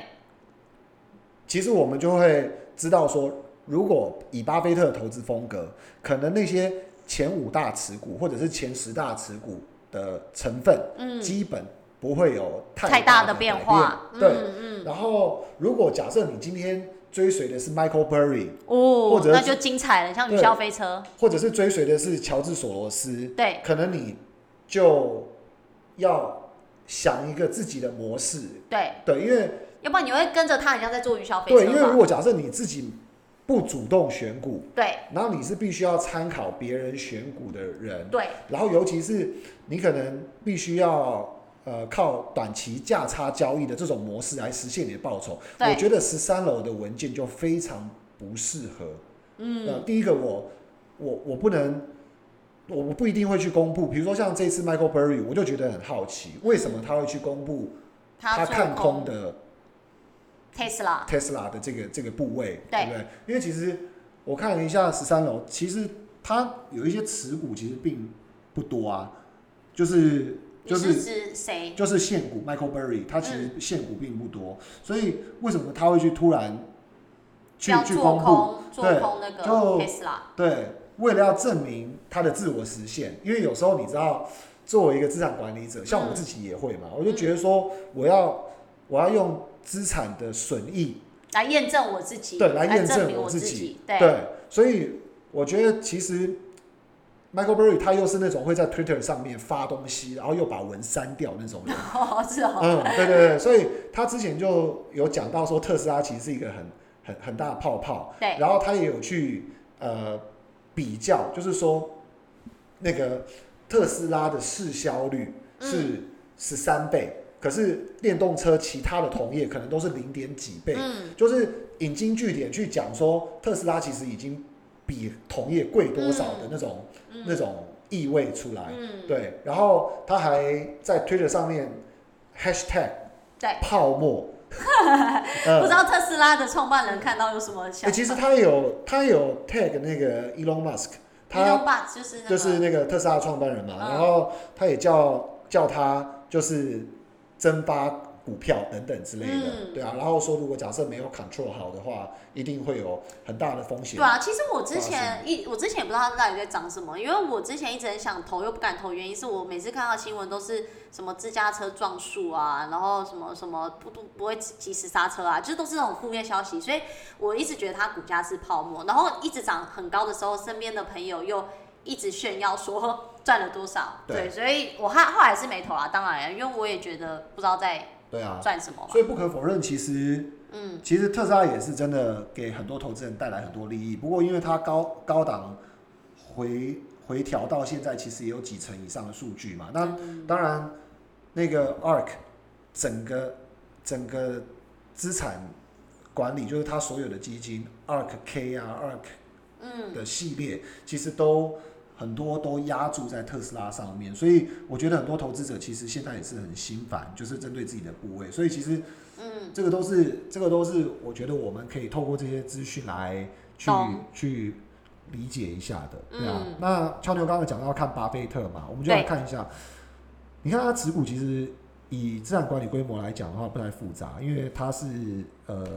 Speaker 1: 其实我们就会知道说，如果以巴菲特的投资风格，可能那些前五大持股或者是前十大持股的成分，
Speaker 2: 嗯
Speaker 1: 基本不会有
Speaker 2: 太
Speaker 1: 大
Speaker 2: 大的
Speaker 1: 变
Speaker 2: 变化，
Speaker 1: 对，
Speaker 2: 嗯嗯，
Speaker 1: 然后如果假设你今天追随的是 Michael Burry，或
Speaker 2: 哦，
Speaker 1: 者
Speaker 2: 那
Speaker 1: 是
Speaker 2: 就精彩了，像云
Speaker 1: 对
Speaker 2: 霄飞车，
Speaker 1: 或者是追随的是乔治索罗斯，
Speaker 2: 对
Speaker 1: 可能你就要想一个自己的模式，
Speaker 2: 对，
Speaker 1: 对，因为
Speaker 2: 要不然你会跟着他，很像在坐云霄飞
Speaker 1: 对，
Speaker 2: 车
Speaker 1: 因为如
Speaker 2: 嘛，
Speaker 1: 果假设你自己不主动选股，
Speaker 2: 对
Speaker 1: 然后你是必须要参考别人选股的人，
Speaker 2: 对
Speaker 1: 然后尤其是你可能必须要呃靠短期价差交易的这种模式来实现你的报酬。
Speaker 2: 对
Speaker 1: 我觉得十三楼的文件就非常不适合。嗯，呃，第一个我我我不能。我我不一定会去公布，比如说像这次 Michael Burry，我就觉得很好奇，为什么他会去公布他
Speaker 2: 要
Speaker 1: 看
Speaker 2: 做
Speaker 1: 空的
Speaker 2: Tesla，
Speaker 1: Tesla 的这个这个部位，
Speaker 2: 对
Speaker 1: 不对？因为其实我看了一下十三楼，其实它有一些持股其实并不多啊，就是
Speaker 2: 你
Speaker 1: 就是是
Speaker 2: 指谁？
Speaker 1: 就是现股 Michael Burry，它其
Speaker 2: 嗯
Speaker 1: 实现股并不多，所以为什么他会去突然去
Speaker 2: 要
Speaker 1: 去
Speaker 2: 做
Speaker 1: 公布？
Speaker 2: 空做
Speaker 1: 对
Speaker 2: 空那个
Speaker 1: 就
Speaker 2: Tesla，
Speaker 1: 对，为了要证明他的自我实现，因为有时候你知道，作为一个资产管理者，像我
Speaker 2: 嗯
Speaker 1: 自己也会嘛，我就觉得说我要我要用资产的损益
Speaker 2: 来验证我自己，
Speaker 1: 对来验证
Speaker 2: 证明
Speaker 1: 我
Speaker 2: 我
Speaker 1: 自己
Speaker 2: 己，对
Speaker 1: 对，所以我觉得其实 Michael Burry 他又是那种会在 Twitter 上面发东西，然后又把文删掉那种 人。
Speaker 2: 哦，是哦，
Speaker 1: 嗯，对对对，所以他之前就有讲到说特斯拉其实是一个很很很大的泡泡，
Speaker 2: 对
Speaker 1: 然后他也有去呃比较，就是说那个特斯拉的市销率
Speaker 2: 嗯
Speaker 1: 是十三倍，可是电动车其他的同业可能都是零点几倍，
Speaker 2: 嗯，
Speaker 1: 就是引经据典去讲说，特斯拉其实已经比同业贵多少的那种、那种意味出来。
Speaker 2: 嗯，
Speaker 1: 对，然后他还在 Twitter 上面 hashtag
Speaker 2: 对，
Speaker 1: 泡 沫，
Speaker 2: 不
Speaker 1: 呃
Speaker 2: 知道特斯拉的创办人看到有什么想
Speaker 1: 诶
Speaker 2: 法？
Speaker 1: 哎其实他也有他也有 tag 那个 Elon Musk，他
Speaker 2: Elon Musk 就是那个，
Speaker 1: 就是那个特斯拉创办人嘛，
Speaker 2: 嗯
Speaker 1: 然后他也叫叫他就是增发股票等等之类的，
Speaker 2: 嗯
Speaker 1: 对啊，然后说如果假设没有 control 好的话，一定会有很大的风险
Speaker 2: 对。啊，其实我之
Speaker 1: 发
Speaker 2: 前一我之前也不知道它到底在涨什么，因为我之前一直很想投又不敢投，原因是我每次看到新闻都是什么自家车撞树啊，然后什么什么不不不会及时刹车啊，就是都是那种负面消息，所以我一直觉得它股价是泡沫，然后一直涨很高的时候，身边的朋友又一直炫耀说赚了多少，
Speaker 1: 对
Speaker 2: 对，所以我后后来是没投啊，当然，因为我也觉得不知道在
Speaker 1: 对啊，
Speaker 2: 赚什么嘛，
Speaker 1: 所以不可否认，其实
Speaker 2: 嗯，
Speaker 1: 其实特斯拉也是真的给很多投资人带来很多利益。不过因为它高高档回回调到现在，其实也有几成以上的数据嘛。那
Speaker 2: 嗯
Speaker 1: 当然，那个 ARK 整个整个资产管理，就是它所有的基金 ARK K 啊 ARK
Speaker 2: 嗯
Speaker 1: 的系列，其实都。很多都压注在特斯拉上面，所以我觉得很多投资者其实现在也是很心烦，就是针对自己的部位。所以其实
Speaker 2: 嗯，
Speaker 1: 这个都是这个都是我觉得我们可以透过这些资讯来去
Speaker 2: 懂
Speaker 1: 去理解一下的，对啊。
Speaker 2: 嗯
Speaker 1: 那俏牛刚刚讲到看巴菲特嘛，我们就来
Speaker 2: 对
Speaker 1: 看一下，你看他持股其实以资产管理规模来讲的话不太复杂，因为它是呃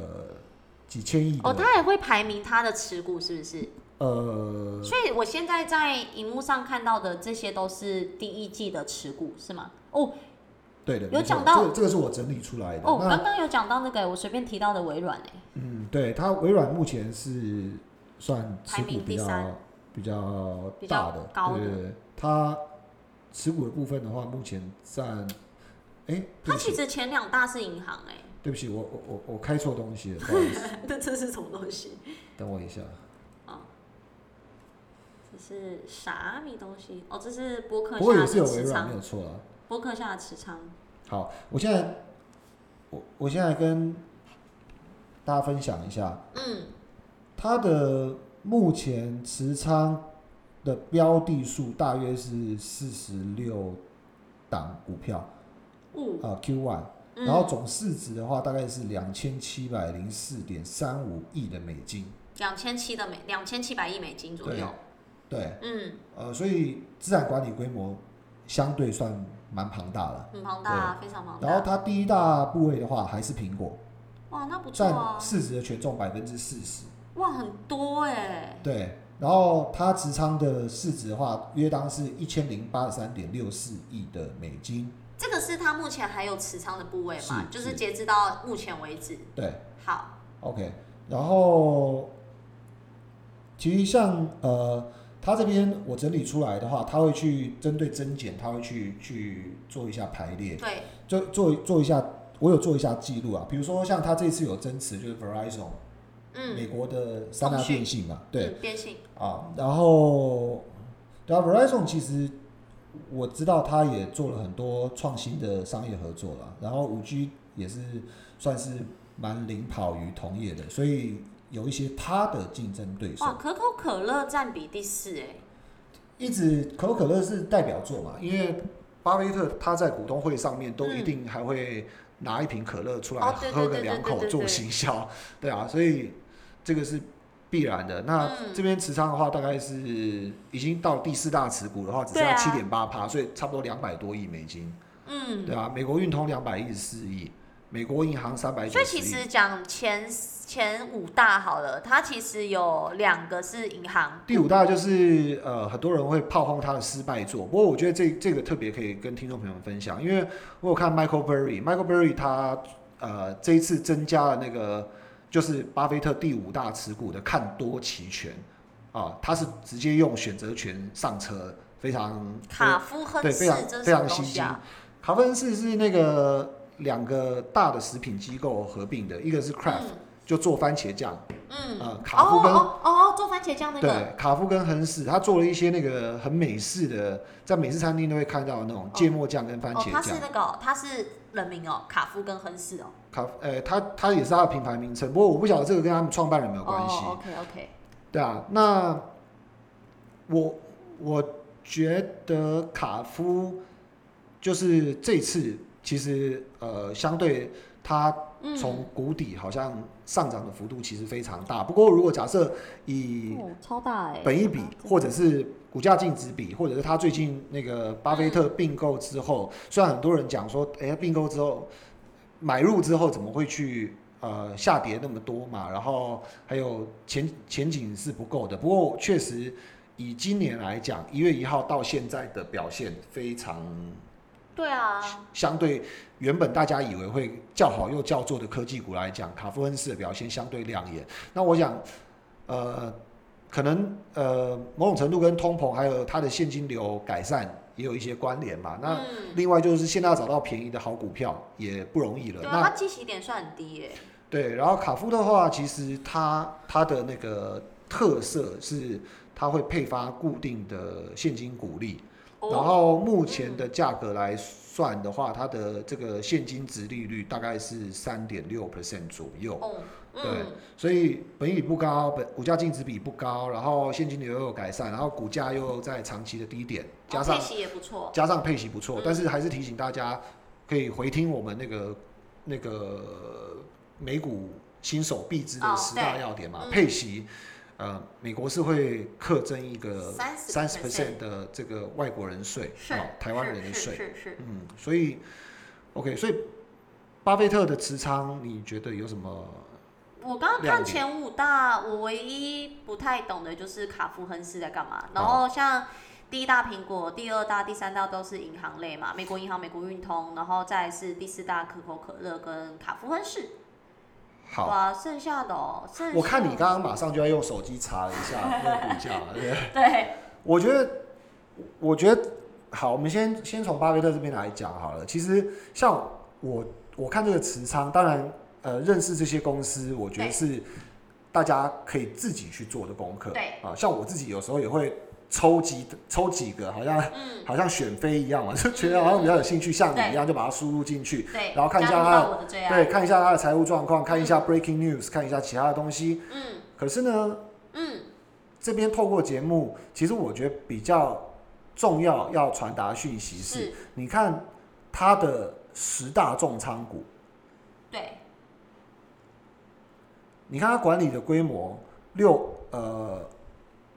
Speaker 1: 几千亿的、
Speaker 2: 哦，他也会排名他的持股是不是？
Speaker 1: 呃
Speaker 2: 所以我现在在荧幕上看到的这些都是第一季的持股，是吗？哦
Speaker 1: 对的，
Speaker 2: 有
Speaker 1: 没错
Speaker 2: 讲到
Speaker 1: 这个这个是我整理出来的。
Speaker 2: 哦，
Speaker 1: 那
Speaker 2: 刚刚有讲到那个我随便提到的微软哎、
Speaker 1: 嗯，对，它微软目前是算持
Speaker 2: 排
Speaker 1: 股
Speaker 2: 名
Speaker 1: 比
Speaker 2: 第
Speaker 1: 较
Speaker 2: 三
Speaker 1: 比较
Speaker 2: 比较
Speaker 1: 大的，
Speaker 2: 高
Speaker 1: 对
Speaker 2: 的
Speaker 1: 对对，它
Speaker 3: 持股的部分的话，目前占，哎，对
Speaker 2: 它
Speaker 3: 不
Speaker 2: 其
Speaker 3: 起，
Speaker 2: 实前两大是银行哎、
Speaker 3: 对不起，我我我我开错东西了，不好意思，
Speaker 2: 那 这是什么东西？
Speaker 3: 等我一 下。
Speaker 2: 这是啥米东西？哦，这是博客
Speaker 3: 不过
Speaker 2: 下
Speaker 3: 也是有
Speaker 2: 的
Speaker 3: 微
Speaker 2: 持
Speaker 3: 软，
Speaker 2: 仓
Speaker 3: 没，有错啦。
Speaker 2: 博客下的持仓。
Speaker 3: 好，我现在我我现在跟大家分享一下，
Speaker 2: 嗯，
Speaker 3: 它的目前持仓的标的数大约是四十六档股票
Speaker 2: 五、
Speaker 3: 啊、q one，
Speaker 2: 嗯
Speaker 3: 然后总市值的话大概是两千七百零四点三五亿的美金，
Speaker 2: 两千七的美，两千七百亿美金左右。
Speaker 3: 对，
Speaker 2: 嗯，
Speaker 3: 呃，所以资产管理规模相对算蛮庞大的。
Speaker 2: 很庞大、啊，非常庞
Speaker 3: 然后
Speaker 2: 大。
Speaker 3: 它第一大部位的话还是苹果，
Speaker 2: 哇，那不错
Speaker 3: 占
Speaker 2: 啊，
Speaker 3: 市值的权重百分之四十。
Speaker 2: 哇，很多哎、
Speaker 3: 对，然后它持仓的市值的话，约当是一千零八十三点六四亿的美金。
Speaker 2: 这个是他目前还有持仓的部位嘛？
Speaker 3: 是
Speaker 2: 就是是截止到目前为止。
Speaker 3: 对
Speaker 2: 好，
Speaker 3: ，OK。然后，其实像呃，它这边我整理出来的话，它会去针对增减，它会去去做一下排列，
Speaker 2: 对，
Speaker 3: 做做做一下，我有做一下记录啊。比如说像它这次有增持，就是 Verizon、美
Speaker 2: 嗯，
Speaker 3: 国的三大
Speaker 2: 通讯
Speaker 3: 电信嘛，对，
Speaker 2: 嗯，变性，
Speaker 3: 啊，然后对啊，Verizon 其实我知道他也做了很多创新的商业合作啦，然后五 G 也是算是蛮领跑于同业的，所以有一些他的竞争对手，
Speaker 2: 哇，可口可乐占比第四哎、
Speaker 3: 一直可口可乐是代表作嘛，
Speaker 2: 嗯
Speaker 3: 因
Speaker 1: 因
Speaker 3: 为
Speaker 1: 为巴菲特他在股东会上面都一定还会拿一瓶可乐出来
Speaker 2: 哦对对
Speaker 1: 喝个
Speaker 2: 对对
Speaker 1: 两
Speaker 2: 对
Speaker 1: 口
Speaker 2: 对
Speaker 1: 做
Speaker 2: 对
Speaker 1: 行销，对啊，所以这个是必然的。那
Speaker 2: 嗯
Speaker 1: 这边持仓的话，大概是已经到第四大持股的话，只剩
Speaker 2: 对
Speaker 1: 下
Speaker 2: 啊
Speaker 1: 七点八趴，所以差不多两百多亿美金，
Speaker 2: 嗯
Speaker 1: 对，啊，美国运通两百一十四亿，美国银行三百九
Speaker 2: 所以
Speaker 1: 十
Speaker 2: 其
Speaker 1: 亿，
Speaker 2: 实讲前前五大好了，它其实有两个是银行，
Speaker 1: 第五大就是呃，很多人会炮轰他的失败作，不过我觉得这这个特别可以跟听众朋友们分享，因为我有看 Michael Berry，Michael Berry 他呃这一次增加了那个就是巴菲特第五大持股的看多期权啊，他是直接用选择权上车，非常
Speaker 2: 卡夫亨
Speaker 1: 对非
Speaker 2: 氏
Speaker 1: 常
Speaker 2: 这是
Speaker 1: 非
Speaker 2: 什么
Speaker 1: 常
Speaker 2: 东
Speaker 1: 吸
Speaker 2: 西
Speaker 1: 睛
Speaker 2: 啊？。
Speaker 1: 卡芬氏是那个两个大的食品机构合并的，一个是 Kraft、就做番茄酱，
Speaker 2: 嗯，嗯
Speaker 1: 呃，卡夫跟
Speaker 2: 哦哦哦，做番茄酱那个，
Speaker 1: 对，卡夫跟亨氏，他做了一些那个很美式的，在美式餐厅都会看到的那种芥末酱跟番
Speaker 2: 哦
Speaker 1: 茄，
Speaker 2: 它
Speaker 1: 酱。
Speaker 2: 是那个哦，它是人名哦，卡夫跟亨氏哦，
Speaker 1: 卡，呃，他他也是他的品牌名称，不过我不晓得这个跟他们创办人有没有关系。
Speaker 2: 哦，OK OK，
Speaker 1: 对啊，那我我觉得卡夫就是这次其实呃，相对他
Speaker 2: 嗯，
Speaker 1: 从谷底好像上涨的幅度其实非常大。不过如果假设以
Speaker 2: 哦，超大哎，
Speaker 1: 本一比
Speaker 2: 哦真的
Speaker 1: 或者是股价净值比，或者是他最近那个巴菲特并购之后，虽然很多人讲说，哎，并购之后买入之后怎么会去呃下跌那么多嘛？然后还有前前景是不够的。不过确实以今年来讲，一月一号到现在的表现非常
Speaker 2: 对啊，
Speaker 1: 相对原本大家以为会较好又较做的科技股来讲，卡夫恩斯的表现相对亮眼。那我想，呃，可能呃某种程度跟通膨还有它的现金流改善也有一些关联嘛。那
Speaker 2: 嗯，
Speaker 1: 另外就是现在要找到便宜的好股票也不容易了。
Speaker 2: 对啊，它
Speaker 1: 那
Speaker 2: 基期点算很低耶，
Speaker 1: 对，然后卡夫的话，其实它它的那个特色是它会配发固定的现金股利。然
Speaker 2: 哦，
Speaker 1: 后目前的价格来算的话，它的这个现金值利率大概是三点六 percent 左右，
Speaker 2: 哦，
Speaker 1: 对
Speaker 2: 嗯，
Speaker 1: 所以本益比不高，本股价净值比不高，然后现金流又有改善，然后股价又在长期的低点，加
Speaker 2: 哦
Speaker 1: 上
Speaker 2: 配息也不错，
Speaker 1: 加上配息不错
Speaker 2: 嗯，
Speaker 1: 但是还是提醒大家可以回听我们那个那个美股新手必知的
Speaker 2: 哦
Speaker 1: 十大要点嘛，
Speaker 2: 对嗯
Speaker 1: 配息，呃，美国是会课征一个
Speaker 2: 30%
Speaker 1: 呃三十 percent 的这个外国人税，
Speaker 2: 是
Speaker 1: 哦，台湾人的
Speaker 2: 是
Speaker 1: 税，
Speaker 2: 是是是，
Speaker 1: 嗯，所以 OK，所以巴菲特的持仓，你觉得有什么？
Speaker 2: 我刚
Speaker 1: 亮
Speaker 2: 刚
Speaker 1: 点
Speaker 2: 看前五大，我唯一不太懂的就是卡夫亨氏在干嘛。然
Speaker 1: 哦
Speaker 2: 后像第一大苹果、第二大、第三大都是银行类嘛，美国银行、美国运通，然后再来是第四大可口可乐跟卡夫亨氏。
Speaker 1: 好，
Speaker 2: 哇，剩下的哦，剩下的
Speaker 1: 我看你刚刚马上就要用 手机查了一下那个股价，对不对
Speaker 2: 对，
Speaker 1: 我觉得，我觉得好，我们先先从巴菲特这边来讲好了。其实像我我看这个持仓，当然呃认识这些公司，我觉得
Speaker 2: 对
Speaker 1: 是大家可以自己去做的功课。
Speaker 2: 对
Speaker 1: 啊，像我自己有时候也会抽几抽几个，好像
Speaker 2: 嗯，
Speaker 1: 好像选妃一样嘛， 就觉得好像比较有兴趣，像
Speaker 2: 对
Speaker 1: 你一样就把它输入进去。
Speaker 2: 对，
Speaker 1: 然后看一下
Speaker 2: 加入
Speaker 1: 他
Speaker 2: 到我的最
Speaker 1: 对，啊
Speaker 2: 爱，
Speaker 1: 看一下他的财务状况，看一下 breaking news，看一下其他的东西。
Speaker 2: 嗯
Speaker 1: 可是呢，
Speaker 2: 嗯，
Speaker 1: 这边透过节目，其实我觉得比较重要要传达讯息是，
Speaker 2: 是，
Speaker 1: 你看它的十大重仓股，
Speaker 2: 对，
Speaker 1: 你看它管理的规模六呃，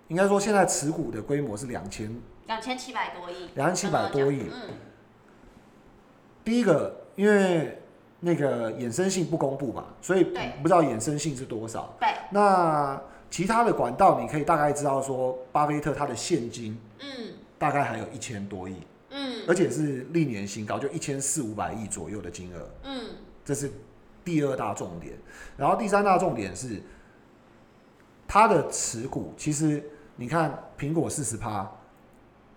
Speaker 1: 应该说现在持股的规模是两千
Speaker 2: 两千七百多亿，
Speaker 1: 两千七百多亿。
Speaker 2: 嗯，
Speaker 1: 第一个，因为那个衍生性不公布嘛，所以
Speaker 2: 对
Speaker 1: 不知道衍生性是多少。
Speaker 2: 对，
Speaker 1: 那其他的管道，你可以大概知道说，巴菲特他的现金
Speaker 2: 嗯
Speaker 1: 大概还有一千多亿，
Speaker 2: 嗯
Speaker 1: 而且是历年新高，就一千四五百亿左右的金额，
Speaker 2: 嗯，
Speaker 1: 这是第二大重点。然后第三大重点是，它的持股其实你看，苹果四十趴，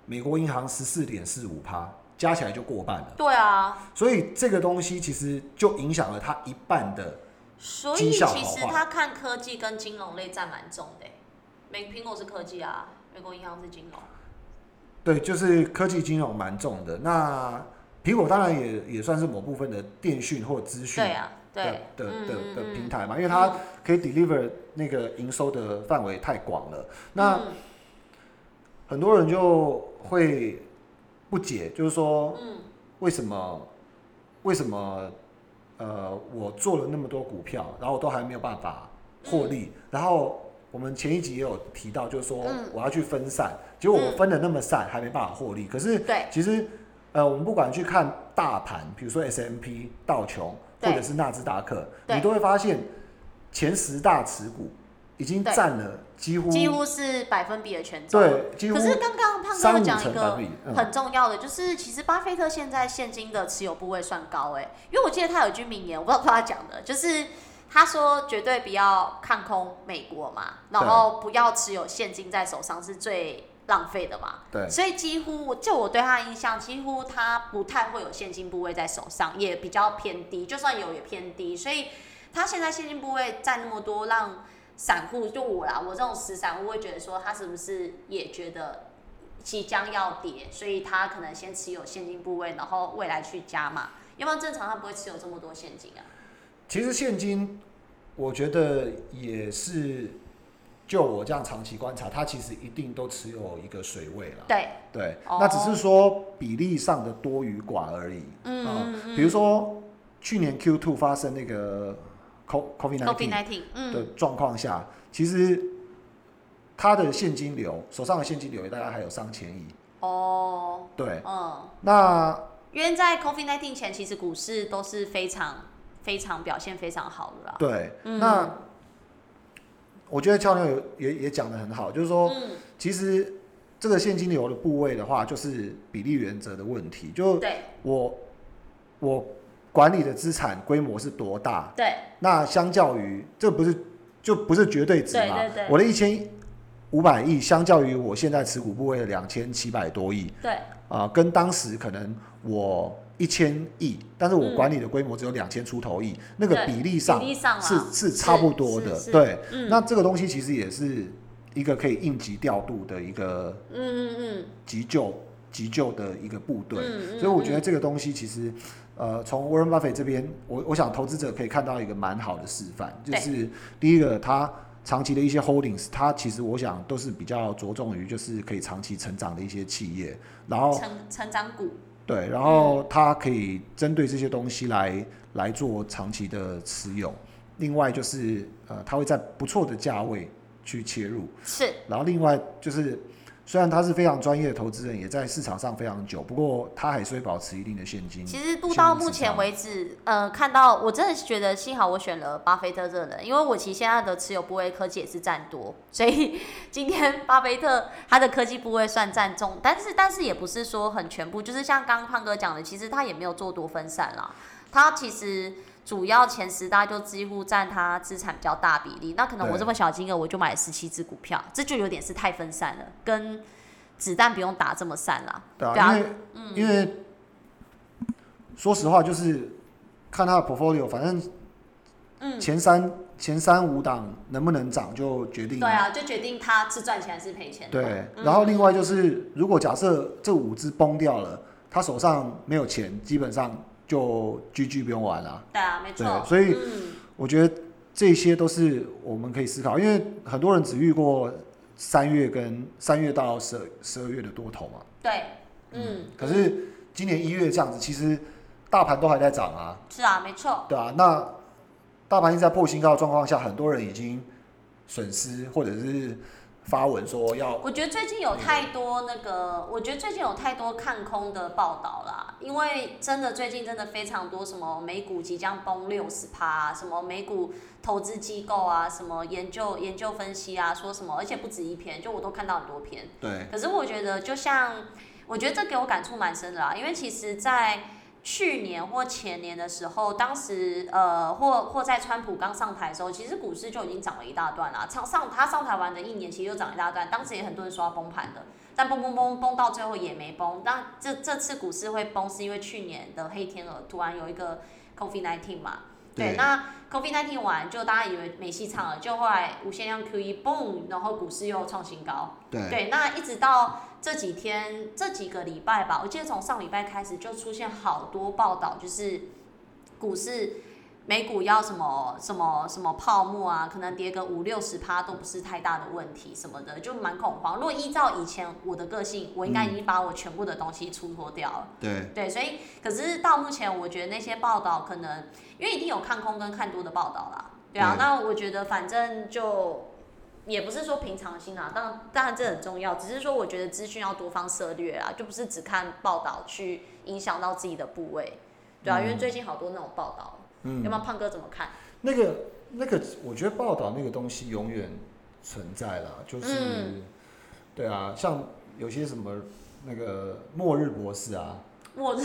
Speaker 1: 美国银行十四点四五趴，加起来就过半了。
Speaker 2: 对啊，
Speaker 1: 所以这个东西其实就影响了它一半的，
Speaker 2: 所以
Speaker 1: 绩效
Speaker 2: 其
Speaker 1: 好
Speaker 2: 实
Speaker 1: 坏
Speaker 2: 他看科技跟金融类占蛮重的欸，美苹果是科技啊，美国银行是金融，
Speaker 1: 对，就是科技金融蛮重的。那苹果当然也也算是某部分的电讯或资讯
Speaker 2: 对啊，对
Speaker 1: 的，的
Speaker 2: 嗯
Speaker 1: 的
Speaker 2: 嗯
Speaker 1: 的
Speaker 2: 嗯
Speaker 1: 平台嘛，因为它可以 deliver 那个营收的范围太广了。那
Speaker 2: 嗯
Speaker 1: 很多人就会不解，就是说
Speaker 2: 嗯
Speaker 1: 为什么为什么呃我做了那么多股票，然后我都还没有办法
Speaker 2: 嗯
Speaker 1: 获利，然后。我们前一集也有提到，就是说
Speaker 2: 嗯
Speaker 1: 我要去分散，结果我
Speaker 2: 嗯
Speaker 1: 分的那么散，还没办法获利。可是
Speaker 2: 对
Speaker 1: 其实，呃，我们不管去看大盘，比如说 S M P、道琼
Speaker 2: 对
Speaker 1: 或者是纳斯达克，
Speaker 2: 对
Speaker 1: 你都会发现前十大持股已经
Speaker 2: 对
Speaker 1: 占了几乎
Speaker 2: 几乎是百分比的权重，
Speaker 1: 对几乎
Speaker 2: 可是刚刚胖
Speaker 1: 三
Speaker 2: 哥
Speaker 1: 五
Speaker 2: 讲一
Speaker 1: 成百
Speaker 2: 个
Speaker 1: 分比，嗯，
Speaker 2: 很重要的，就是其实巴菲特现在现金的持有部位算高哎、因为我记得他有一句名言，我不知道他讲的，就是他说绝对不要看空美国嘛，然后哦不要持有现金在手上是最浪费的嘛。
Speaker 1: 对
Speaker 2: 所以几乎就我对他的印象，几乎他不太会有现金部位在手上，也比较偏低，就算有也偏低。所以他现在现金部位占那么多，让散户就我啦，我这种死散户会觉得说，他是不是也觉得即将要跌，所以他可能先持有现金部位，然后未来去加嘛。要不然正常他不会持有这么多现金啊。
Speaker 1: 其实现金，我觉得也是，就我这样长期观察，它其实一定都持有一个水位了。
Speaker 2: 对，
Speaker 1: 对，
Speaker 2: 哦
Speaker 1: 那只是说比例上的多与寡而已。
Speaker 2: 嗯
Speaker 1: 啊
Speaker 2: 嗯嗯
Speaker 1: 比如说去年 Q two 发生那个 CO COVID
Speaker 2: ，COVID
Speaker 1: nineteen
Speaker 2: nineteen，
Speaker 1: 的
Speaker 2: 嗯，
Speaker 1: 状况下，其实它的现金流，手上的现金流大概还有上千亿。
Speaker 2: 哦，
Speaker 1: 对，
Speaker 2: 嗯，
Speaker 1: 那
Speaker 2: 因为在 COVID nineteen 前，其实股市都是非常非常表现非常好的啦。
Speaker 1: 对，
Speaker 2: 嗯
Speaker 1: 那我觉得俏妞有也也讲的很好，就是说，
Speaker 2: 嗯，
Speaker 1: 其实这个现金流的部位的话，就是比例原则的问题。就
Speaker 2: 对
Speaker 1: 我我管理的资产规模是多大，
Speaker 2: 对
Speaker 1: 那相较于这不是就不是绝对值嘛？
Speaker 2: 对对对
Speaker 1: 我的一千五百亿，相较于我现在持股部位的两千七百多亿
Speaker 2: 对，
Speaker 1: 啊、跟当时可能我一千亿，但是我
Speaker 2: 嗯
Speaker 1: 管理的规模只有两千出头亿，那个
Speaker 2: 对
Speaker 1: 比例上
Speaker 2: 比例上啦啊
Speaker 1: 是是差不多的，
Speaker 2: 是是
Speaker 1: 对。
Speaker 2: 嗯，
Speaker 1: 那这个东西其实也是一个可以应急调度的一个
Speaker 2: 嗯嗯嗯，
Speaker 1: 急救急救的一个部队，
Speaker 2: 嗯嗯
Speaker 1: 所以我觉得
Speaker 2: 嗯
Speaker 1: 这个东西其实，呃，从 Warren Buffett 这边，我我想投资者可以看到一个蛮好的示范，就
Speaker 2: 对
Speaker 1: 是第一个他。长期的一些 holdings，它其实我想都是比较着重于就是可以长期成长的一些企业，然后
Speaker 2: 成成长股，
Speaker 1: 对，然后它可以针对这些东西来来做长期的持有。另外就是呃，它会在不错的价位去切入，
Speaker 2: 是
Speaker 1: 然后另外就是，虽然他是非常专业的投资人，也在市场上非常久，不过他还是会保持一定的现金。
Speaker 2: 其实
Speaker 1: 现
Speaker 2: 不
Speaker 1: 金
Speaker 2: 到
Speaker 1: 持
Speaker 2: 目前
Speaker 1: 仓
Speaker 2: 为止，呃，看到我真的是觉得幸好我选了巴菲特这个人，因为我其实现在的持有部位科技也是占多，所以 今天巴菲特他的科技部位算占重，但是但是也不是说很全部，就是像刚刚胖哥讲的，其实他也没有做多分散啦，他其实。主要前十大就几乎占他资产比较大比例，那可能我
Speaker 1: 对
Speaker 2: 这么小金额我就买了十七只股票，这就有点是太分散了，跟子弹不用打这么散啦。
Speaker 3: 对
Speaker 2: 对啊
Speaker 3: 啊，因为、因为说实话，就是看他的 portfolio，反正
Speaker 2: 嗯，
Speaker 3: 前三、前三五档能不能涨就决定
Speaker 2: 对啊，就决定他是赚钱还是赔钱。
Speaker 3: 对，然后另外就是，如果假设这五只崩掉了，他手上没有钱，基本上就 GG 不用玩了。
Speaker 2: 对啊，没错。
Speaker 3: 对所以
Speaker 2: 嗯，
Speaker 3: 我觉得这些都是我们可以思考，因为很多人只遇过三月跟三月到十十二月的多头嘛。
Speaker 2: 对，嗯，
Speaker 3: 可是今年一月这样子，其实大盘都还在涨啊，
Speaker 2: 是啊，没错。
Speaker 3: 对啊，那大盘一直在破新高的状况下，很多人已经损失或者是发文说要
Speaker 2: 我觉得最近有太多那个，我觉得最近有太多看空的报道啦，因为真的最近真的非常多什么美股即将崩六十趴啊，什么美股投资机构啊，什么研究研究分析啊，说什么，而且不止一篇，就我都看到很多篇。
Speaker 1: 对，
Speaker 2: 可是我觉得，就像我觉得这给我感触蛮深的啦，因为其实，在去年或前年的时候，当时呃，或或在川普刚上台的时候，其实股市就已经涨了一大段啦。上上他上台完的一年，其实就涨一大段，当时也很多人说要崩盘的，但崩崩崩崩到最后也没崩。但这这次股市会崩，是因为去年的黑天鹅突然有一个 COVID nineteen 嘛。对，
Speaker 1: 对
Speaker 2: 那 COVID nineteen 完就大家以为没戏唱了，就后来无限量 QE 嘣，然后股市又创新高。
Speaker 1: 对，
Speaker 2: 对，那一直到这几天、这几个礼拜吧，我记得从上礼拜开始就出现好多报道，就是股市、美股要什么什么什么泡沫啊，可能跌个五六十趴都不是太大的问题什么的，就蛮恐慌。如果依照以前我的个性，我应该已经把我全部的东西出脱掉了。
Speaker 1: 对，
Speaker 2: 对，所以可是到目前，我觉得那些报道可能，因为一定有看空跟看多的报道啦，对啊。
Speaker 1: 对
Speaker 2: 那我觉得反正就也不是说平常心啊，当然当然这很重要，只是说我觉得资讯要多方涉略啊，就不是只看报道去影响到自己的部位，对啊。因为最近好多那种报道，
Speaker 1: 嗯
Speaker 2: 要不，然胖哥怎么看？
Speaker 1: 那个那个，我觉得报道那个东西永远存在啦，就是，
Speaker 2: 嗯
Speaker 1: 对啊，像有些什么那个末日博士 啊，
Speaker 2: 末日，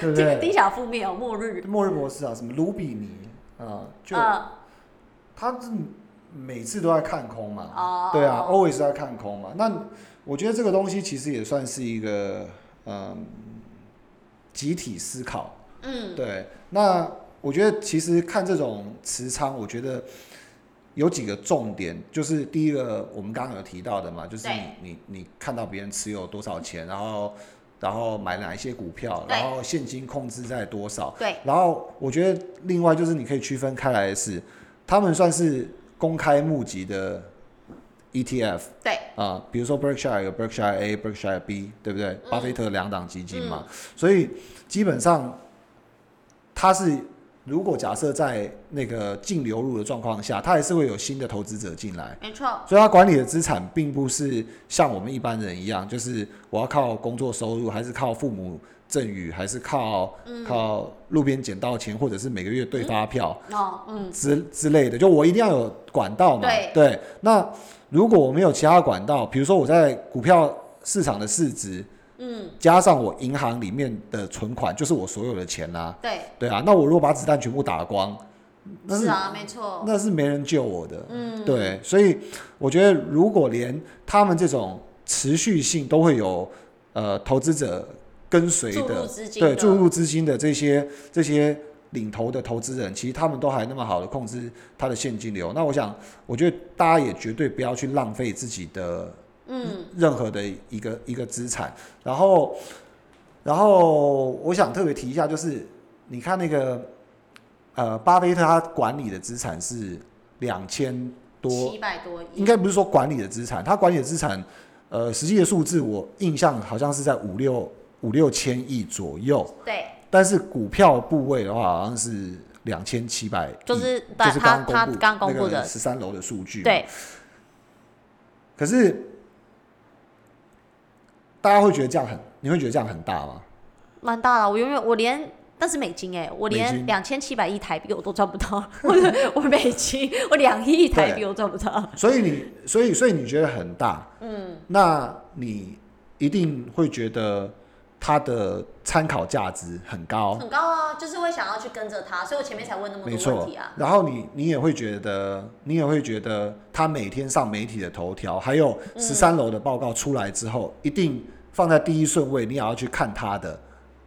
Speaker 1: 对不
Speaker 2: 这个
Speaker 1: 对？
Speaker 2: 低小负面哦，末日，
Speaker 1: 末日博士啊，什么卢比尼啊，就、
Speaker 2: 嗯，
Speaker 1: 他是每次都在看空嘛，
Speaker 2: 哦，
Speaker 1: 对啊
Speaker 2: 哦
Speaker 1: ，always 在看空嘛。那我觉得这个东西其实也算是一个嗯集体思考。
Speaker 2: 嗯，
Speaker 1: 对，那我觉得其实看这种持仓，我觉得有几个重点，就是第一个我们刚刚有提到的嘛，就是
Speaker 2: 对
Speaker 1: 你你你看到别人持有多少钱，然后然后买哪一些股票，
Speaker 2: 对
Speaker 1: 然后现金控制在多少。
Speaker 2: 对，
Speaker 1: 然后我觉得另外就是你可以区分开来的是，他们算是公开募集的 E ETF
Speaker 2: 对，
Speaker 1: 啊、比如说 Berkshire 有 Berkshire A、Berkshire B，对不对？
Speaker 2: 嗯
Speaker 1: 巴菲特两档基金嘛，所以基本上它是如果假设在那个净流入的状况下，它还是会有新的投资者进来。
Speaker 2: 没错，
Speaker 1: 所以他管理的资产并不是像我们一般人一样，就是我要靠工作收入，还是靠父母赠与，还是靠、靠路边捡到钱，或者是每个月对发票、
Speaker 2: 哦，嗯，
Speaker 1: 之之类的。就我一定要有管道嘛。
Speaker 2: 对
Speaker 1: 那如果我没有其他管道，比如说我在股票市场的市值，
Speaker 2: 嗯，
Speaker 1: 加上我银行里面的存款，就是我所有的钱啦、
Speaker 2: 对，
Speaker 1: 对啊，那我如果把子弹全部打光，那
Speaker 2: 是啊，没错，
Speaker 1: 嗯那是没人救我的。
Speaker 2: 嗯，
Speaker 1: 对，所以我觉得如果连他们这种持续性都会有呃投资者跟随
Speaker 2: 注入
Speaker 1: 的，
Speaker 2: 资金
Speaker 1: 对
Speaker 2: 的
Speaker 1: 注入资金的这些这些领头的投资人，其实他们都还那么好的控制他的现金流，那我想，我觉得大家也绝对不要去浪费自己的
Speaker 2: 嗯，
Speaker 1: 任何的一个一个资产。然后，然后我想特别提一下，就是你看那个呃，巴菲特他管理的资产是两千多，
Speaker 2: 七百多亿，
Speaker 1: 应该不是说管理的资产，他管理的资产呃，实际的数字我印象好像是在五六五六千亿左右，
Speaker 2: 对，
Speaker 1: 但是股票部位的话好像是两千七百，
Speaker 2: 就是
Speaker 1: 就
Speaker 2: 把
Speaker 1: 是
Speaker 2: 他
Speaker 1: 刚
Speaker 2: 他
Speaker 1: 布
Speaker 2: 刚公布的，
Speaker 1: 十三楼的数据嘛，
Speaker 2: 对，
Speaker 1: 可是大家会觉得这样很，你会觉得这样很大吗？
Speaker 2: 蛮大了。我永远我连但是美金哎、我
Speaker 1: 美
Speaker 2: 连
Speaker 1: 金
Speaker 2: 两千七百亿台币我都赚不到， 我的我美金我两亿台币
Speaker 1: 对
Speaker 2: 我赚不到。
Speaker 1: 所以你，所以所以你觉得很大，嗯，那你一定会觉得它的参考价值很高，
Speaker 2: 很高啊，就是会想要去跟着他，所以我前面才问那么
Speaker 1: 没
Speaker 2: 多问
Speaker 1: 错
Speaker 2: 题啊。。
Speaker 1: 然后你你也会觉得，你也会觉得他每天上媒体的头条，还有
Speaker 2: 嗯
Speaker 1: 十三楼的报告出来之后，一定放在第一顺位，你也要去看他的。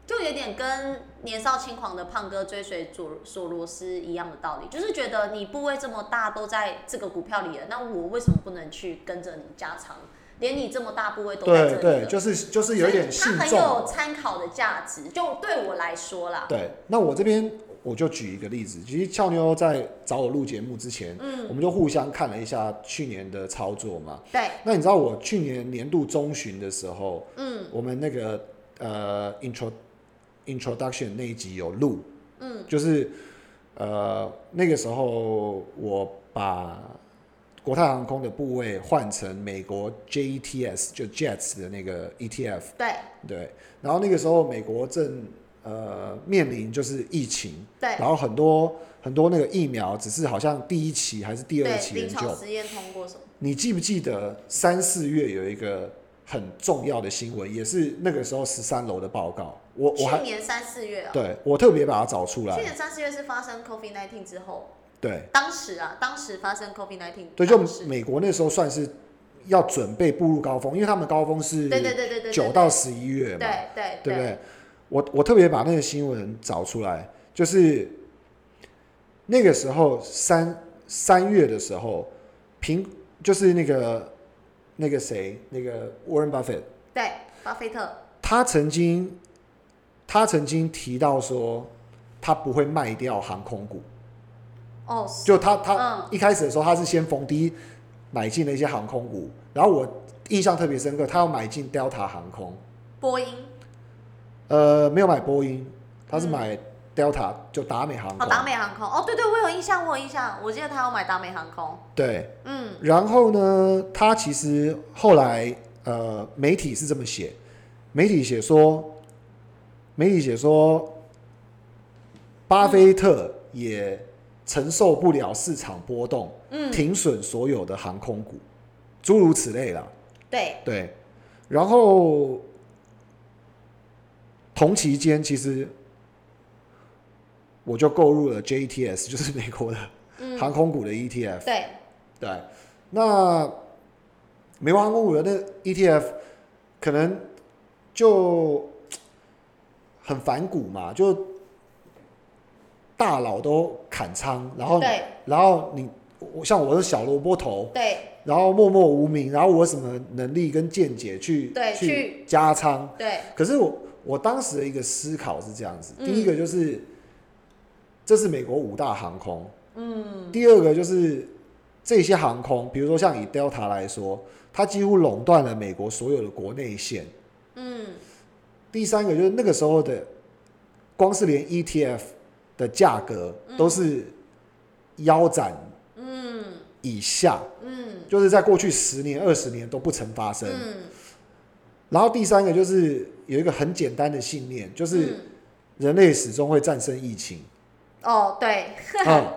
Speaker 2: 就有点跟年少轻狂的胖哥追随佐索罗斯一样的道理，就是觉得你部位这么大都在这个股票里了，那我为什么不能去跟着你加长？连你这么大部位都在
Speaker 1: 对
Speaker 2: 这里
Speaker 1: 对，
Speaker 2: 了
Speaker 1: 就是就是有一点
Speaker 2: 所
Speaker 1: 信
Speaker 2: 以它很有
Speaker 1: 众。
Speaker 2: 参考的价值，就对我来说啦。
Speaker 1: 对，那我这边我就举一个例子，其实俏妞在找我录节目之前，
Speaker 2: 嗯，
Speaker 1: 我们就互相看了一下去年的操作嘛。
Speaker 2: 对，
Speaker 1: 那你知道我去年年度中旬的时候，
Speaker 2: 嗯
Speaker 1: 我们那个呃 intro introduction 那一集有录，
Speaker 2: 嗯，
Speaker 1: 就是呃那个时候我把国泰航空的部位换成美国 JETS 就 Jets 的那个 E ETF，
Speaker 2: 对
Speaker 1: 对，然后那个时候美国正呃面临就是疫情，
Speaker 2: 对
Speaker 1: 然后很多很多那个疫苗只是好像第一期还是第二
Speaker 2: 对，
Speaker 1: 期
Speaker 2: 临
Speaker 1: 研
Speaker 2: 床
Speaker 1: 究，
Speaker 2: 实验通过什么？
Speaker 1: 你记不记得三四月有一个很重要的新闻，也是那个时候十三楼的报告，我我
Speaker 2: 去
Speaker 1: 还
Speaker 2: 年三四月啊、
Speaker 1: 对我特别把它找出来
Speaker 2: 去，年三四月是发生 COVID nineteen 之后，
Speaker 1: 对
Speaker 2: 当时啊，当时发生 COVID nineteen，
Speaker 1: 对，就
Speaker 2: 对
Speaker 1: 美国那时候算是要准备步入高峰，因为他们高峰是
Speaker 2: 对对对对对，
Speaker 1: 九到十一月嘛，
Speaker 2: 对对
Speaker 1: 对不对？我我特别把那个新闻找出来，就是那个时候三三月的时候，苹就是那个那个谁，那个 Warren Buffett，
Speaker 2: 对，巴菲特，
Speaker 1: 他曾经他曾经提到说，他不会卖掉航空股，
Speaker 2: 哦，
Speaker 1: 就他他
Speaker 2: 嗯，
Speaker 1: 一开始的时候，他是先逢低买进了一些航空股，然后我印象特别深刻，他要买进 Delta 航空。
Speaker 2: 波音，
Speaker 1: 呃，没有买波音，他是
Speaker 2: 嗯
Speaker 1: 买 Delta，、就达美航
Speaker 2: 哦，
Speaker 1: 空。
Speaker 2: 达美航空，哦，对对，我有印象，我有印象，我记得他有买达美航空，
Speaker 1: 对，
Speaker 2: 嗯，
Speaker 1: 然后呢，他其实后来呃，媒体是这么写，媒体写说，媒体写说，巴菲特也承受不了市场波动，
Speaker 2: 嗯
Speaker 1: 停损所有的航空股，诸如此类啦。
Speaker 2: 对，
Speaker 1: 对，然后同期间，其实我就购入了 JETS，就是 美国的
Speaker 2: 嗯，
Speaker 1: 航空股的 ETF、
Speaker 2: 对，
Speaker 1: 对，那美国航空股的那 ETF 可能就很反骨嘛，就大佬都砍仓，然后
Speaker 2: 对
Speaker 1: 然后你我像我是小萝卜头，
Speaker 2: 对
Speaker 1: 然后默默无名，然后我有什么能力跟见解去
Speaker 2: 对去
Speaker 1: 去加仓？
Speaker 2: 对，
Speaker 1: 可是我我当时的一个思考是这样子：
Speaker 2: 嗯
Speaker 1: 第一个就是、这是美国五大航空，
Speaker 2: 嗯，
Speaker 1: 第二个就是这些航空，比如说像以 Delta 来说，它几乎垄断了美国所有的国内线。
Speaker 2: 嗯，
Speaker 1: 第三个就是那个时候的，光是连 ETF 的价格都是腰斩
Speaker 2: 嗯，
Speaker 1: 以下，
Speaker 2: 嗯，
Speaker 1: 就是在过去十年、二十年都不曾发生。
Speaker 2: 嗯，
Speaker 1: 然后第三个就是有一个很简单的信念，就是
Speaker 2: 嗯
Speaker 1: 人类始终会战胜疫 情。
Speaker 2: 哦，对
Speaker 1: 嗯，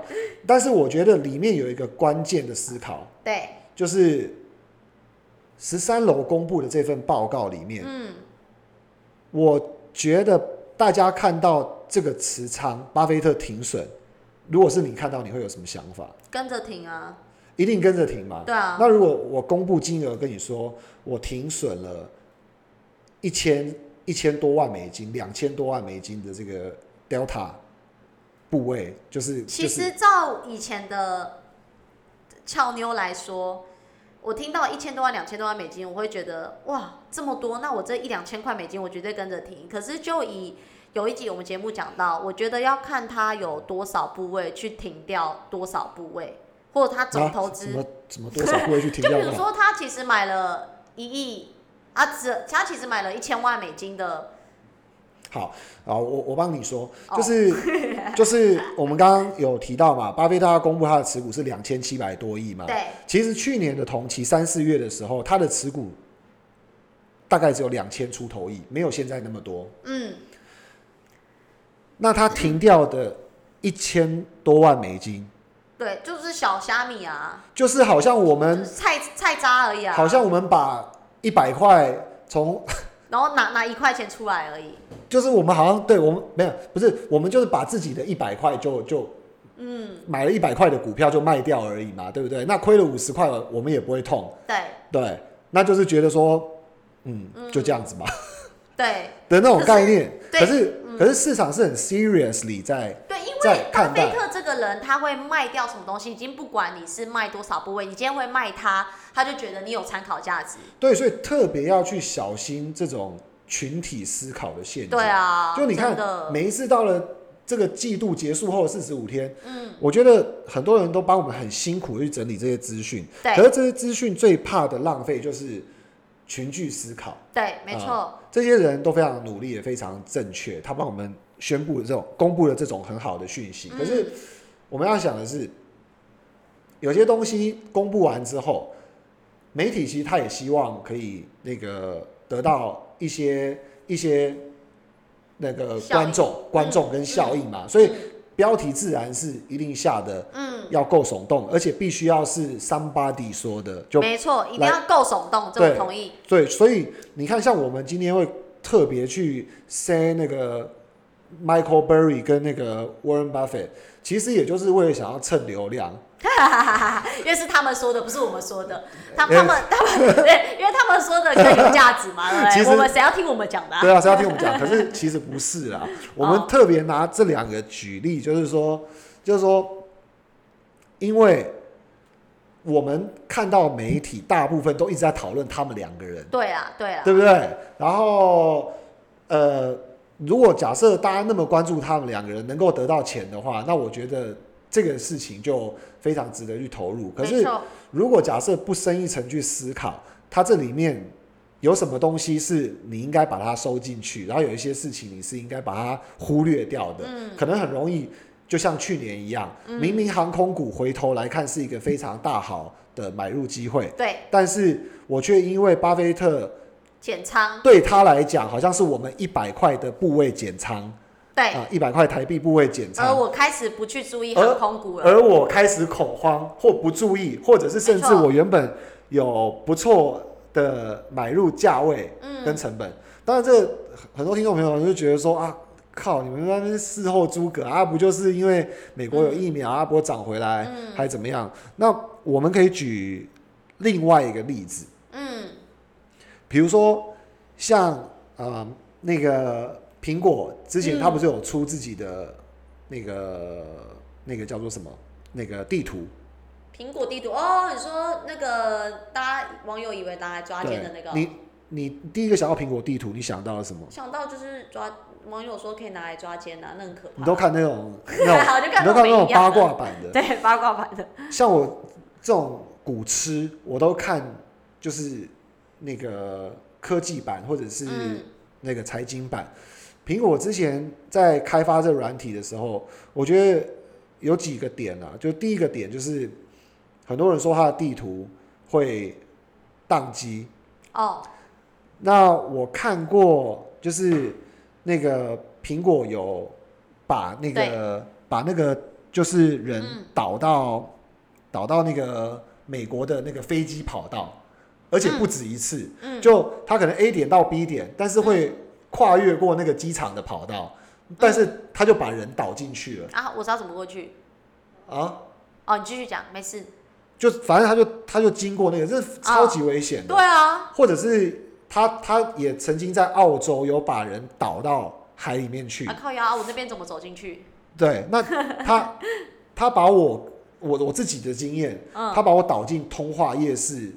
Speaker 1: 但是我觉得里面有一个关键的思考，
Speaker 2: 对，
Speaker 1: 就是十三楼公布的这份报告里面，
Speaker 2: 嗯，
Speaker 1: 我觉得大家看到这个持仓，巴菲特停损，如果是你看到，你会有什么想法？
Speaker 2: 跟着停啊，
Speaker 1: 一定跟着停吗？
Speaker 2: 对啊，
Speaker 1: 那如果我公布金额跟你说，我停损了一千一千多万美金、两千多万美金的这个 Delta 部位，就是
Speaker 2: 其
Speaker 1: 就是
Speaker 2: 实照以前的俏妞来说，我听到一千多万、两千多万美金，我会觉得哇这么多，那我这一两千块美金我绝对跟着停。可是就以有一集我们节目讲到，我觉得要看他有多少部位去停掉多少部位，或者他总
Speaker 1: 啊
Speaker 2: 投
Speaker 1: 怎
Speaker 2: 资，
Speaker 1: 么怎么多少部位去停
Speaker 2: 就
Speaker 1: 掉
Speaker 2: 比
Speaker 1: 的
Speaker 2: 如说他其实买了一亿啊，只他其实买了一千万美金的，
Speaker 1: 好啊，我我帮你说，
Speaker 2: 哦
Speaker 1: 就是、 就是我们刚刚有提到嘛，巴菲特他公布他的持股是两千七百多亿嘛，
Speaker 2: 对
Speaker 1: 其实去年的同期三四月的时候，他的持股大概只有两千出头亿，没有现在那么多。
Speaker 2: 嗯，
Speaker 1: 那他停掉的一千多万美金，
Speaker 2: 对，就是小虾米啊，
Speaker 1: 就是好像我
Speaker 2: 就是
Speaker 1: 们
Speaker 2: 菜菜渣而已啊，
Speaker 1: 好像我们把一百块从
Speaker 2: 然后拿拿一块钱出来而已。
Speaker 1: 就是我们好像对我们没有，不是我们就是把自己的一百块就就
Speaker 2: 嗯，
Speaker 1: 买了一百块的股票就卖掉而已嘛，对不对？那亏了五十块，我们也不会痛，
Speaker 2: 对
Speaker 1: 对，那就是觉得说，嗯
Speaker 2: 嗯，
Speaker 1: 就这样子吧
Speaker 2: 对
Speaker 1: 的那种概念。
Speaker 2: 对
Speaker 1: 可是
Speaker 2: 嗯
Speaker 1: 可是市场是很 seriously 在
Speaker 2: 对，因
Speaker 1: 在
Speaker 2: 为巴
Speaker 1: 看
Speaker 2: 菲
Speaker 1: 待
Speaker 2: 特这个人，他会卖掉什么东西，已经不管你是卖多少部位，你今天会卖它，他就觉得你有参考价值。
Speaker 1: 对，所以特别要去小心这种群体思考的陷阱。
Speaker 2: 对啊，
Speaker 1: 就你看
Speaker 2: 真的，
Speaker 1: 每一次到了这个季度结束后的四十五天，
Speaker 2: 嗯，
Speaker 1: 我觉得很多人都帮我们很辛苦地去整理这些资讯，可
Speaker 2: 对
Speaker 1: 是这些资讯最怕的浪费就是群聚思考。
Speaker 2: 对，
Speaker 1: 啊
Speaker 2: 没错，
Speaker 1: 这些人都非常努力，也非常正确，他帮我们宣布了这种公布了这种很好的讯息。
Speaker 2: 嗯
Speaker 1: 可是我们要想的是，有些东西公布完之后，媒体其实他也希望可以那个得到一些一些那个
Speaker 2: 效益
Speaker 1: 观众观众跟效应嘛，所以标题自然是一定下的
Speaker 2: 嗯，
Speaker 1: 要够耸动，而且必须要是 somebody 说的，就
Speaker 2: 嗯没错，一定要够耸动，这
Speaker 1: 对
Speaker 2: 我同意。
Speaker 1: 对，所以你看，像我们今天会特别去 say 那个 Michael Burry 跟那个 Warren Buffett，其实也就是为了想要蹭流量。
Speaker 2: 因为是他们说的，不是我们说的。他
Speaker 1: 因为
Speaker 2: 他们他们对，因为他们说的更有价值嘛，对
Speaker 1: 其实
Speaker 2: 不对？我们谁要听我们讲的、啊？
Speaker 1: 对啊，是要听我们讲，可是其实不是啦。我们特别拿这两个举例，就是说，就是说，因为我们看到媒体大部分都一直在讨论他们两个人。
Speaker 2: 对啊，对啊，
Speaker 1: 对不对？然后，呃，如果假设大家那么关注他们两个人能够得到钱的话，那我觉得这个事情就非常值得去投入。可
Speaker 2: 没
Speaker 1: 是，
Speaker 2: 错，
Speaker 1: 如果假设不深一层去思考，它这里面有什么东西是你应该把它收进去，然后有一些事情你是应该把它忽略掉的，
Speaker 2: 嗯
Speaker 1: 可能很容易。就像去年一样，明明航空股回头来看是一个非常大好的买入机会，
Speaker 2: 对，
Speaker 1: 但是我却因为巴菲特
Speaker 2: 减仓，
Speaker 1: 对他来讲，好像是我们一百块的部位减仓
Speaker 2: 对，
Speaker 1: 啊，一百块台币部位减
Speaker 2: 而
Speaker 1: 仓，
Speaker 2: 我开始不去注意
Speaker 1: 而
Speaker 2: 航空股了。
Speaker 1: 而我开始恐慌或不注意，或者是甚
Speaker 2: 没
Speaker 1: 至
Speaker 2: 错
Speaker 1: 我原本有不错的买入价位跟
Speaker 2: 嗯，
Speaker 1: 成本。当然，这个很多听众朋友就觉得说啊，靠，你们在那边事后诸葛啊，不就是因为美国有疫苗啊，不过涨回来
Speaker 2: 嗯
Speaker 1: 还怎么样？那我们可以举另外一个例子，
Speaker 2: 嗯，
Speaker 1: 比如说像呃那个苹果之前
Speaker 2: 嗯
Speaker 1: 它不是有出自己的那个、那个叫做什么那个地图？
Speaker 2: 苹果地图哦，你说那个大家网友以为拿来抓
Speaker 1: 对
Speaker 2: 奸的那个，
Speaker 1: 你你第一个想到苹果地图，你想到了什么？
Speaker 2: 想到就是抓网友说可以拿来抓奸啊，那很可怕。
Speaker 1: 你都看那 种那种
Speaker 2: 我就看
Speaker 1: 你都看那
Speaker 2: 跟我
Speaker 1: 种
Speaker 2: 们一样
Speaker 1: 八
Speaker 2: 的
Speaker 1: 卦版的，
Speaker 2: 对八卦版的，
Speaker 1: 像我这种古吃，我都看就是那个科技版或者是
Speaker 2: 嗯
Speaker 1: 那个财经版。苹果之前在开发这软体的时候，我觉得有几个点啊，就第一个点就是很多人说它的地图会宕机。
Speaker 2: 哦，
Speaker 1: 那我看过，就是那个苹果有把那个把那个就是人
Speaker 2: 嗯
Speaker 1: 导到、导到那个美国的那个飞机跑道，而且不止一次。
Speaker 2: 嗯，
Speaker 1: 就他可能 A 点到 B 点，但是会跨越过那个机场的跑道，
Speaker 2: 嗯
Speaker 1: 但是他就把人导进去了
Speaker 2: 啊，我知道怎么过去。
Speaker 1: 啊！
Speaker 2: 哦，你继续讲，没事。
Speaker 1: 就反正他就他就经过那个，这是超级危险的。
Speaker 2: 对啊，
Speaker 1: 或者是他他也曾经在澳洲有把人导到海里面去
Speaker 2: 啊，靠腰，啊我那边怎么走进去？
Speaker 1: 对，那他 他把我我我自己的经验，
Speaker 2: 嗯
Speaker 1: 他把我导进通化夜市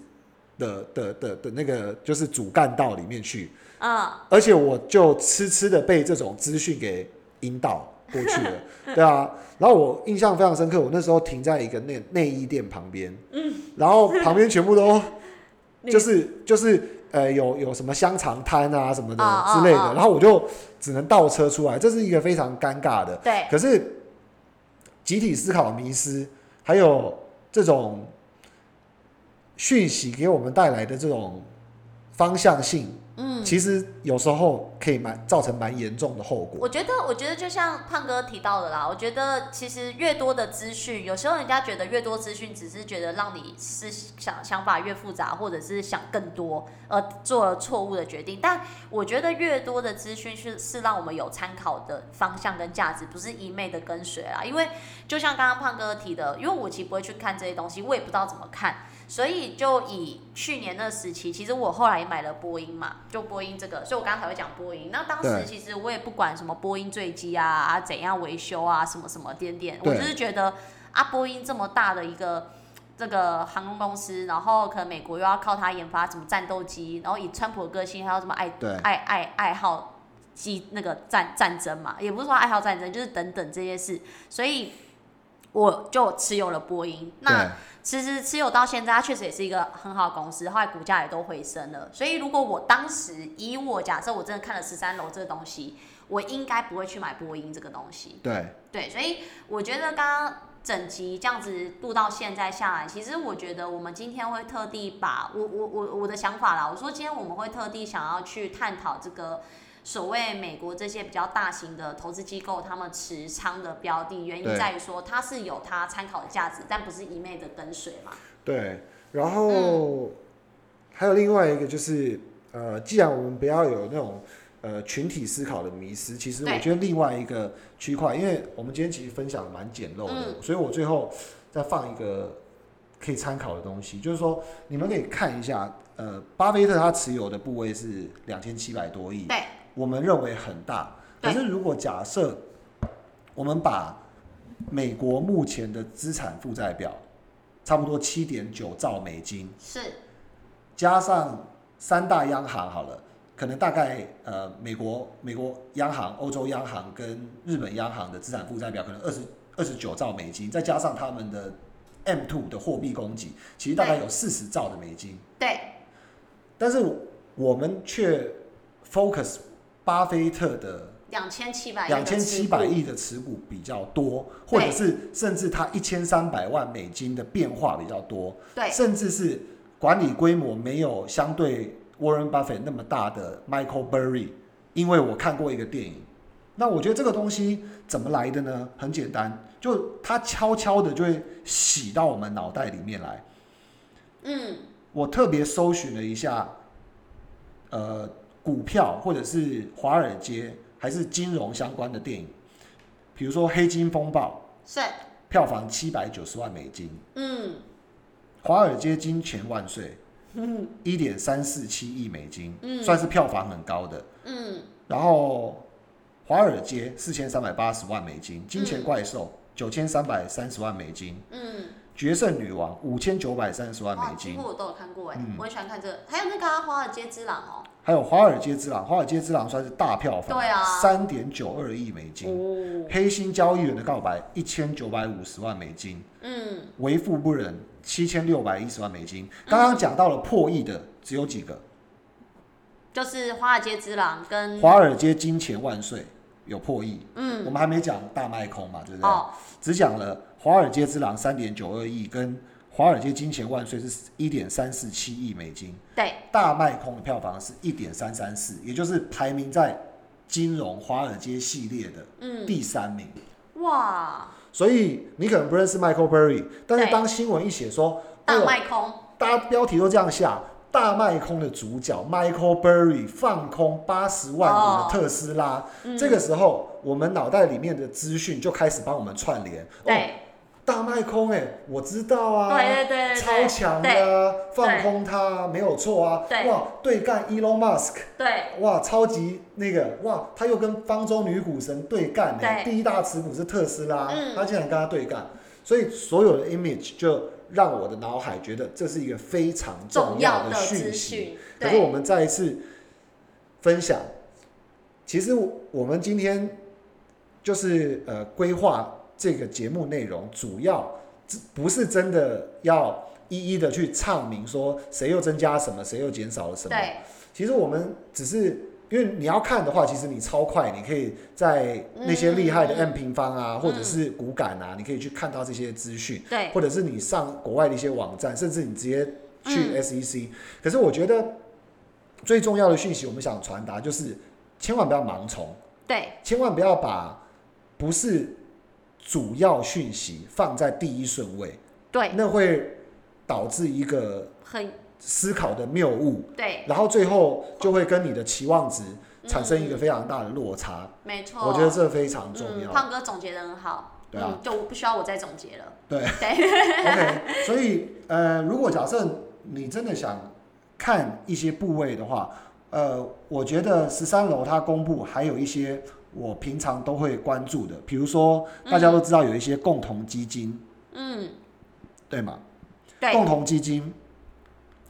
Speaker 1: 的的的的那个就是主干道里面去，
Speaker 2: 嗯，
Speaker 1: 而且我就痴痴的被这种资讯给引导过去 了，对啊。然后我印象非常深刻，我那时候停在一个内内衣店旁边，嗯，然后旁边全部都
Speaker 2: 女
Speaker 1: 就是就是呃有有什么香肠摊啊什么的
Speaker 2: 哦哦
Speaker 1: 之类的，
Speaker 2: 哦
Speaker 1: 然后我就只能倒车出来，这是一个非常尴尬的。
Speaker 2: 对，
Speaker 1: 可是集体思考迷失，还有这种讯息给我们带来的这种方向性，
Speaker 2: 嗯，
Speaker 1: 其实有时候可以蛮造成蛮严重的后
Speaker 2: 我
Speaker 1: 果。
Speaker 2: 觉得，我觉得就像胖哥提到的啦，我觉得其实越多的资讯，有时候人家觉得越多资讯，只是觉得让你思想想法越复杂，或者是想更多，而做了错误的决定。但我觉得越多的资讯是是让我们有参考的方向跟价值，不是一昧的跟随啦。因为就像刚刚胖哥提的，因为我其实不会去看这些东西，我也不知道怎么看。所以就以去年那时期，其实我后来也买了波音嘛，就波音这个，所以我刚才会讲波音。那当时
Speaker 1: 对
Speaker 2: 其实我也不管什么波音坠机啊、啊怎样维修啊、什么什么点点，我
Speaker 1: 对
Speaker 2: 就是觉得啊，波音这么大的一个这个航空公司，然后可能美国又要靠它研发什么战斗机，然后以川普的个性，还有什么爱
Speaker 1: 对
Speaker 2: 爱爱爱好激那个战战争嘛，也不是说爱好战争，就是等等这些事，所以我就持有了波音。那其实持有到现在，它确实也是一个很好的公司，后来股价也都回升了。所以如果我当时以我假设我真的看了十三楼这个东西，我应该不会去买波音这个东西。
Speaker 1: 对对
Speaker 2: 对，所以我觉得刚刚整集这样子录到现在下来，其实我觉得我们今天会特地把我我我我的想法啦，我说今天我们会特地想要去探讨这个。所谓美国这些比较大型的投资机构，他们持仓的标的，原因
Speaker 1: 对
Speaker 2: 在于说它是有它参考的价值，但不是一昧的跟随嘛。
Speaker 1: 对，然后、还有另外一个就是，呃，既然我们不要有那种呃群体思考的迷失，其实我
Speaker 2: 对
Speaker 1: 觉得另外一个区块，因为我们今天其实分享得蛮简陋的，所以我最后再放一个可以参考的东西，就是说你们可以看一下，呃，巴菲特他持有的部位是两千七百多亿，
Speaker 2: 对，
Speaker 1: 我们认为很大。可
Speaker 2: 对
Speaker 1: 是如果假设我们把美国目前的资产负债表，差不多七点九兆美金，
Speaker 2: 是，
Speaker 1: 加上三大央行好了，可能大概呃美国美国央行、欧洲央行跟日本央行的资产负债表可能二十二十九兆美金，再加上他们的 M two 的货币供给，其实大概有四十兆的美金。
Speaker 2: 对，
Speaker 1: 但是我们却 focus 巴菲特的
Speaker 2: 两千七百
Speaker 1: 两千七百亿的持股比较多，或者是甚至他一千三百万美金的变化比较多，
Speaker 2: 对
Speaker 1: 甚至是管理规模没有相对 Warren Buffett 那么大的 Michael Burry，因为我看过一个电影。那我觉得这个东西怎么来的呢？很简单，就它悄悄的就会洗到我们脑袋里面来。
Speaker 2: 嗯，
Speaker 1: 我特别搜寻了一下，呃，股票或者是华尔街还是金融相关的电影，比如说《黑金风暴
Speaker 2: 是，》，
Speaker 1: 票房七百九十万美金，
Speaker 2: 嗯
Speaker 1: 《华尔街金钱万 岁》一点三四七亿美金，
Speaker 2: 嗯
Speaker 1: 算是票房很高的。
Speaker 2: 嗯，
Speaker 1: 然后，《华尔街》四千三百八十万美金，《金钱怪兽》九千三百三十万美金，
Speaker 2: 嗯，
Speaker 1: 《决胜女王》五千九百三十万
Speaker 2: 哇，
Speaker 1: 美
Speaker 2: 哦几
Speaker 1: 金
Speaker 2: 乎。我都有看过哎、
Speaker 1: 嗯
Speaker 2: 我很喜欢看这个，还有那个啊、华尔街之狼》哦。
Speaker 1: 还有《华尔街之狼》，《华尔街之狼》算是大票房，
Speaker 2: 对啊
Speaker 1: 三点九二亿美金。
Speaker 2: 哦，
Speaker 1: 黑心交易员的告白一千九百五十万美金，
Speaker 2: 嗯，
Speaker 1: 为富不仁七千六百一十万美金。刚刚讲到了破亿的只有几个，
Speaker 2: 就是华尔街之狼跟
Speaker 1: 《华尔街金钱万岁》有破亿，我
Speaker 2: 嗯
Speaker 1: 们还没讲大卖空嘛，对不对？
Speaker 2: 哦
Speaker 1: 只讲了《华尔街之狼》三点九二亿，跟《华尔街金钱万岁》是一点三四七亿美金。
Speaker 2: 对
Speaker 1: 大卖空的票房是一点三三四，也就是排名在金融华尔街系列的
Speaker 2: 嗯
Speaker 1: 第三名。
Speaker 2: 哇
Speaker 1: 所以你可能不认识 Michael Burry，但是
Speaker 2: 对
Speaker 1: 当新闻一写说，哎
Speaker 2: 大
Speaker 1: 呦，
Speaker 2: 卖空
Speaker 1: 大家标题都这样下，大卖空的主角 Michael Burry 放空八十万股
Speaker 2: 哦
Speaker 1: 的特斯拉，
Speaker 2: 嗯
Speaker 1: 这个时候我们脑袋里面的资讯就开始帮我们串联。哦，
Speaker 2: 对
Speaker 1: 大卖空、哎，我知道啊。
Speaker 2: 对对对对
Speaker 1: 超
Speaker 2: 对
Speaker 1: 强的
Speaker 2: 对
Speaker 1: 啊、放空它啊、没有错啊！
Speaker 2: 对
Speaker 1: 哇，对干 Elon Musk，
Speaker 2: 对
Speaker 1: 哇，超级那个哇，他又跟方舟女股神对干呢、
Speaker 2: 对
Speaker 1: 第一大持股是特斯拉，
Speaker 2: 嗯
Speaker 1: 他竟然跟他对干，所以所有的 image 就让我的脑海觉得这是一个非常
Speaker 2: 重要
Speaker 1: 的
Speaker 2: 的资
Speaker 1: 讯息。
Speaker 2: 讯，
Speaker 1: 可是我
Speaker 2: 对
Speaker 1: 们再一次分享，其实我我们今天就是呃规划这个节目内容，主要这不是真的要一一的去唱明说谁又增加什么，谁又减少了什么。
Speaker 2: 对
Speaker 1: 其实我们只是因为你要看的话，其实你超快，你可以在那些厉害的
Speaker 2: 嗯
Speaker 1: M 平方啊，或者是骨感啊，你可以去看到这些资讯，
Speaker 2: 对
Speaker 1: 或者是你上国外的一些网站，甚至你直接去 E
Speaker 2: 嗯
Speaker 1: SEC、可是我觉得最重要的讯息，我们想传达就是，千万不要盲从，
Speaker 2: 对，
Speaker 1: 千万不要把不是主要讯息放在第一顺位，
Speaker 2: 对，
Speaker 1: 那会导致一个
Speaker 2: 很
Speaker 1: 思考的谬误，
Speaker 2: 对，
Speaker 1: 然后最后就会跟你的期望值产生一个非常大的落差。
Speaker 2: 没错。
Speaker 1: 我觉得这非常重
Speaker 2: 啊嗯，
Speaker 1: 要。
Speaker 2: 胖哥总结的很好，
Speaker 1: 对啊
Speaker 2: 嗯，就不需要我再总结了。
Speaker 1: 对
Speaker 2: 对
Speaker 1: OK，所以呃，如果假设你真的想看一些部位的话，呃，我觉得十三楼它公布还有一些我平常都会关注的，比如说大家都知道有一些共同基金，
Speaker 2: 嗯，
Speaker 1: 对吗？
Speaker 2: 对
Speaker 1: 共同基金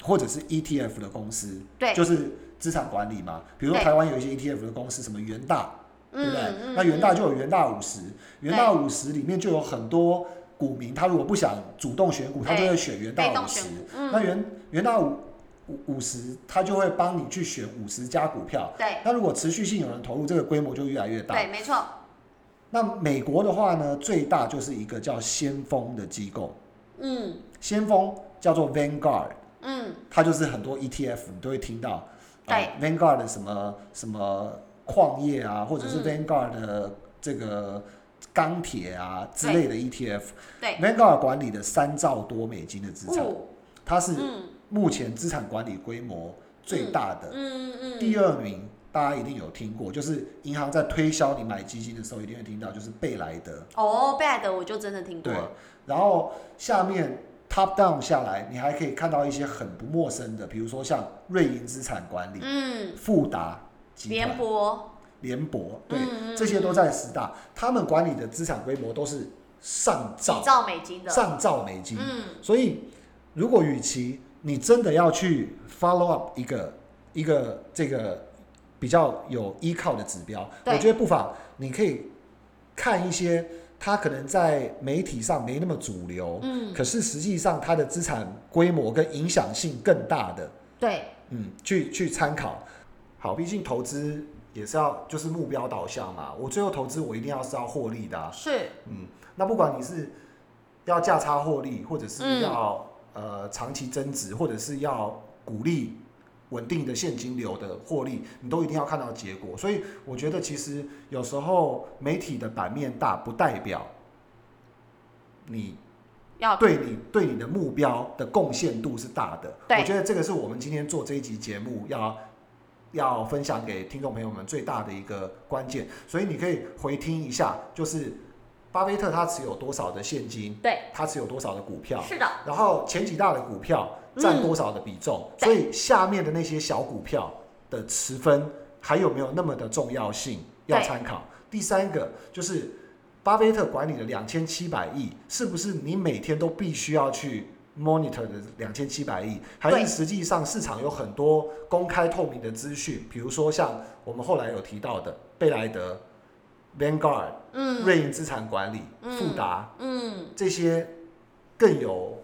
Speaker 1: 或者是 ETF 的公司，
Speaker 2: 对，
Speaker 1: 就是资产管理嘛。比如说
Speaker 2: 对
Speaker 1: 台湾有一些 ETF 的公司，什么元大，对不对？
Speaker 2: 嗯，
Speaker 1: 那元大
Speaker 2: 嗯
Speaker 1: 就有元大五十，元大五十里面就有很多股民，他如果不想主动选股，他就
Speaker 2: 对
Speaker 1: 会选元
Speaker 2: 被
Speaker 1: 大五
Speaker 2: 动
Speaker 1: 十
Speaker 2: 选。股，
Speaker 1: 那
Speaker 2: 嗯，
Speaker 1: 元元大五五五十，他就会帮你去选五十家股票。
Speaker 2: 对
Speaker 1: 那如果持续性有人投入，这个规模就越来越大。
Speaker 2: 对，没错，
Speaker 1: 那美国的话呢，最大就是一个叫先锋的机构，
Speaker 2: 嗯
Speaker 1: 先锋叫做 Vanguard，
Speaker 2: 嗯，
Speaker 1: 它就是很多 ETF 你都会听到，
Speaker 2: 对
Speaker 1: 呃、，Vanguard 的什么什么矿业啊，或者是
Speaker 2: 嗯
Speaker 1: Vanguard 的这个钢铁啊之类的 ETF。
Speaker 2: 对，哦
Speaker 1: Vanguard 管理的三兆多美金的资产，
Speaker 2: 五，
Speaker 1: 它是
Speaker 2: 嗯
Speaker 1: 目前资产管理规模最大的。
Speaker 2: 嗯嗯，
Speaker 1: 第
Speaker 2: 二，
Speaker 1: 二名大家一定有听过，就是银行在推销你买基金的时候一定会听到，就是贝莱德。
Speaker 2: 哦，贝莱德我就真的听过
Speaker 1: 对
Speaker 2: 了，，
Speaker 1: 然后下面 top down 下来，你还可以看到一些很不陌生的，比如说像瑞银资产管理、
Speaker 2: 嗯，
Speaker 1: 富达集
Speaker 2: 联
Speaker 1: 团、
Speaker 2: 博，
Speaker 1: 联博，对，
Speaker 2: 嗯嗯
Speaker 1: 这些都在十大，他们管理的资产规模都是上
Speaker 2: 几
Speaker 1: 兆、
Speaker 2: 兆美金的，
Speaker 1: 上兆美金。
Speaker 2: 嗯，
Speaker 1: 所以，如果与其你真的要去 follow up 一个一个这个比较有依靠的指标，
Speaker 2: 对
Speaker 1: 我觉得不妨你可以看一些它可能在媒体上没那么主流，
Speaker 2: 嗯，
Speaker 1: 可是实际上它的资产规模跟影响性更大的，
Speaker 2: 对，
Speaker 1: 嗯，去去参考。好，毕竟投资也是要就是目标导向嘛，我最后投资我一定要是要获利的啊、
Speaker 2: 是，
Speaker 1: 那不管你是要价差获利，或者是
Speaker 2: 嗯
Speaker 1: 要、呃长期增值，或者是要鼓励稳定的现金流的获利，你都一定要看到结果。所以我觉得，其实有时候媒体的版面大，不代表你
Speaker 2: 要
Speaker 1: 对你对你的目标的贡献度是大的。
Speaker 2: 对
Speaker 1: 我觉得这个是我们今天做这一集节目要要分享给听众朋友们最大的一个关键。所以你可以回听一下，就是巴菲特他持有多少的现金，
Speaker 2: 对，
Speaker 1: 他持有多少的股票，
Speaker 2: 是的，
Speaker 1: 然后前几大的股票占多少的比重，
Speaker 2: 嗯对
Speaker 1: 所以下面的那些小股票的持分还有没有那么的重要性要
Speaker 2: 对
Speaker 1: 参考。第三个就是巴菲特管理的两千七百亿，是不是你每天都必须要去 monitor 的两千七百亿？还
Speaker 2: 对
Speaker 1: 是实际上市场有很多公开透明的资讯，比如说像我们后来有提到的贝莱德、Vanguard、
Speaker 2: 嗯
Speaker 1: 瑞银资产管理、
Speaker 2: 嗯
Speaker 1: 富达。
Speaker 2: 嗯，
Speaker 1: 这些更有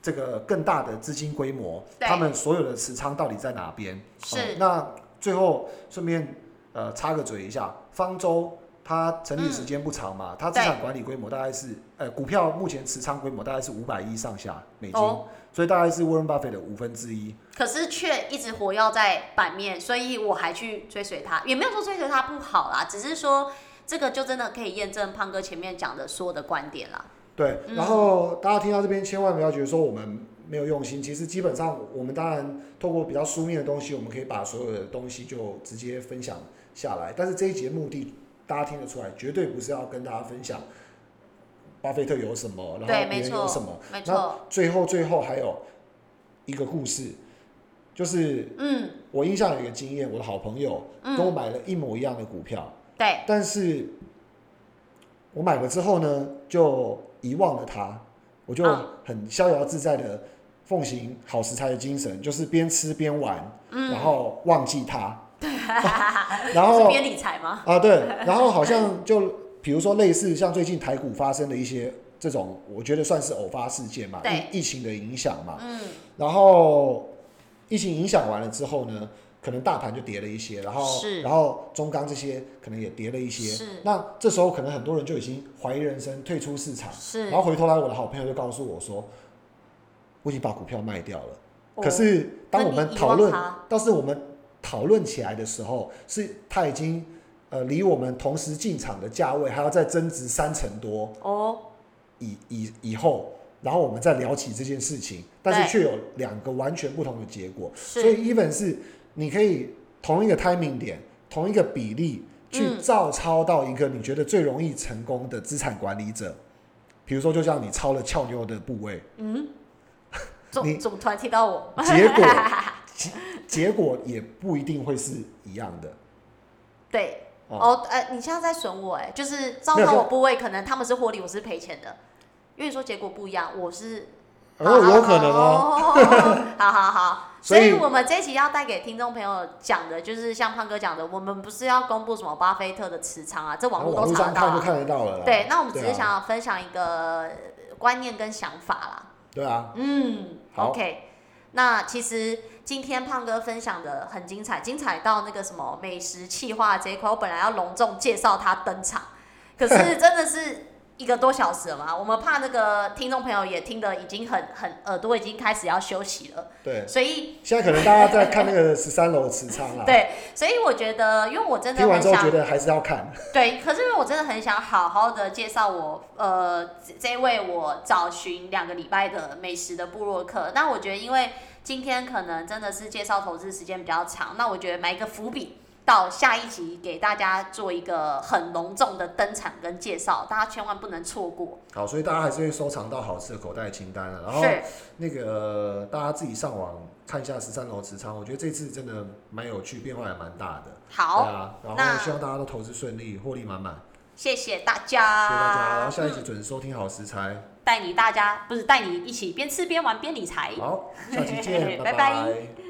Speaker 1: 这个更大的资金规模，
Speaker 2: 对
Speaker 1: 他们所有的持仓到底在哪边？
Speaker 2: 是
Speaker 1: 哦那最后顺便呃插个嘴一下，方舟它成立时间不长
Speaker 2: 嗯
Speaker 1: 嘛，它资产管理规模大概是呃股票目前持仓规模大概是五百亿上下美金，
Speaker 2: 哦
Speaker 1: 所以大概是 Warren Buffett 的五分之一。
Speaker 2: 可是却一直活跃在版面，所以我还去追随他，也没有说追随他不好啦，只是说这个就真的可以验证胖哥前面讲的所有的观点啦。
Speaker 1: 对，
Speaker 2: 嗯
Speaker 1: 然后大家听到这边千万不要觉得说我们没有用心，其实基本上我们当然透过比较书面的东西，我们可以把所有的东西就直接分享下来。但是这一节目的大家听得出来，绝对不是要跟大家分享巴菲特有什么，然
Speaker 2: 对
Speaker 1: 后
Speaker 2: 没
Speaker 1: 别人有
Speaker 2: 错
Speaker 1: 什么。
Speaker 2: 没
Speaker 1: 那
Speaker 2: 错，
Speaker 1: 最后最后还有一个故事，就是
Speaker 2: 嗯
Speaker 1: 我印象有一个经验，我的好朋友跟我
Speaker 2: 嗯，
Speaker 1: 买了一模一样的股票，
Speaker 2: 对，
Speaker 1: 但是我买了之后呢，就遗忘了它，我就
Speaker 2: 啊
Speaker 1: 很逍遥自在的奉行好食材的精神，就是边吃边玩，
Speaker 2: 嗯，
Speaker 1: 然后忘记 它，然
Speaker 2: 是
Speaker 1: 后
Speaker 2: 边理财吗？
Speaker 1: 啊对，然后好像就比如说类似像最近台股发生的一些这种，我觉得算是偶发事件嘛，
Speaker 2: 对
Speaker 1: 疫疫情的影响嘛，
Speaker 2: 嗯，
Speaker 1: 然后疫情影响完了之后呢，可能大盘就跌了一些，然后
Speaker 2: 是
Speaker 1: 然后中钢这些可能也跌了一些
Speaker 2: 是。
Speaker 1: 那这时候可能很多人就已经怀疑人生，退出市场。
Speaker 2: 是
Speaker 1: 然后回头来，我的好朋友就告诉我说，我已经把股票卖掉了，
Speaker 2: 哦
Speaker 1: 可是当我
Speaker 2: 那
Speaker 1: 们
Speaker 2: 你
Speaker 1: 讨论
Speaker 2: 遗忘它，
Speaker 1: 但是我们讨论起来的时候，是它已经呃离我们同时进场的价位还要再增值三成多
Speaker 2: 哦，
Speaker 1: 以以以后，然后我们再聊起这件事情，但是却有两个完全不同的结果。所
Speaker 2: 是
Speaker 1: 以 even 是你可以同一个 timing 点，同一个比例去
Speaker 2: 嗯
Speaker 1: 照抄到一个你觉得最容易成功的资产管理者，比如说就像你抄了俏妞的部 位，你
Speaker 2: 总总突然提到我，
Speaker 1: 结果结结果也不一定会是一样的。
Speaker 2: 对。
Speaker 1: 哦
Speaker 2: 哦，哎、你现在在损我哎、就是糟
Speaker 1: 没有
Speaker 2: 蹋
Speaker 1: 就
Speaker 2: 我部位，可能他们是获利，我是赔钱的，因为说结果不一样，我是
Speaker 1: 而有呃可能哦，
Speaker 2: 哦。 好好 好，所
Speaker 1: 所以
Speaker 2: 以我们这一期要带给听众朋友讲的，就是像胖哥讲的，我们不是要公布什么巴菲特的持仓啊，这
Speaker 1: 然
Speaker 2: 网
Speaker 1: 后
Speaker 2: 络
Speaker 1: 网
Speaker 2: 都
Speaker 1: 络
Speaker 2: 查
Speaker 1: 上
Speaker 2: 得到、
Speaker 1: 看就
Speaker 2: 啊。
Speaker 1: 看得到了啦。
Speaker 2: 对，那我们只
Speaker 1: 对
Speaker 2: 是
Speaker 1: 啊
Speaker 2: 想要分享一个呃观念跟想法啦。
Speaker 1: 对啊，
Speaker 2: 嗯
Speaker 1: 好
Speaker 2: ，OK。那其实今天胖哥分享的很精彩，精彩到那个什么美食企划这一块，我本来要隆重介绍他登场，可 是真的是一个多小时了嘛，我们怕那个听众朋友也听得已经很很耳朵已经开始要休息了，
Speaker 1: 对，
Speaker 2: 所以
Speaker 1: 现在可能大家在看那个十三楼持仓啦，
Speaker 2: 对，所以我觉得，因为我真的
Speaker 1: 嗯听完
Speaker 2: 很
Speaker 1: 之后
Speaker 2: 想
Speaker 1: 觉得还是要看。
Speaker 2: 对，可是因为我真的很想好好的介绍我呃这这位我找寻两个礼拜的美食的部落客。那我觉得因为今天可能真的是介绍投资时间比较长，那我觉得埋一个伏笔。到下一集给大家做一个很隆重的登场跟介绍，大家千万不能错过。
Speaker 1: 好，所以大家还是会收藏到好吃的口袋清单啊。然后
Speaker 2: 是，
Speaker 1: 那个、呃大家自己上网看一下十三楼持仓，我觉得这次真的蛮有趣，变化也蛮大的。
Speaker 2: 好，
Speaker 1: 对啊，然
Speaker 2: 那
Speaker 1: 后希望大家都投资顺利，获利满满。
Speaker 2: 谢谢大家，
Speaker 1: 谢谢大家，然后下一集
Speaker 2: 嗯
Speaker 1: 准时收听好食材。
Speaker 2: 带你大家不是带你一起边吃边玩边理财。
Speaker 1: 好，下期见，
Speaker 2: 拜拜
Speaker 1: 拜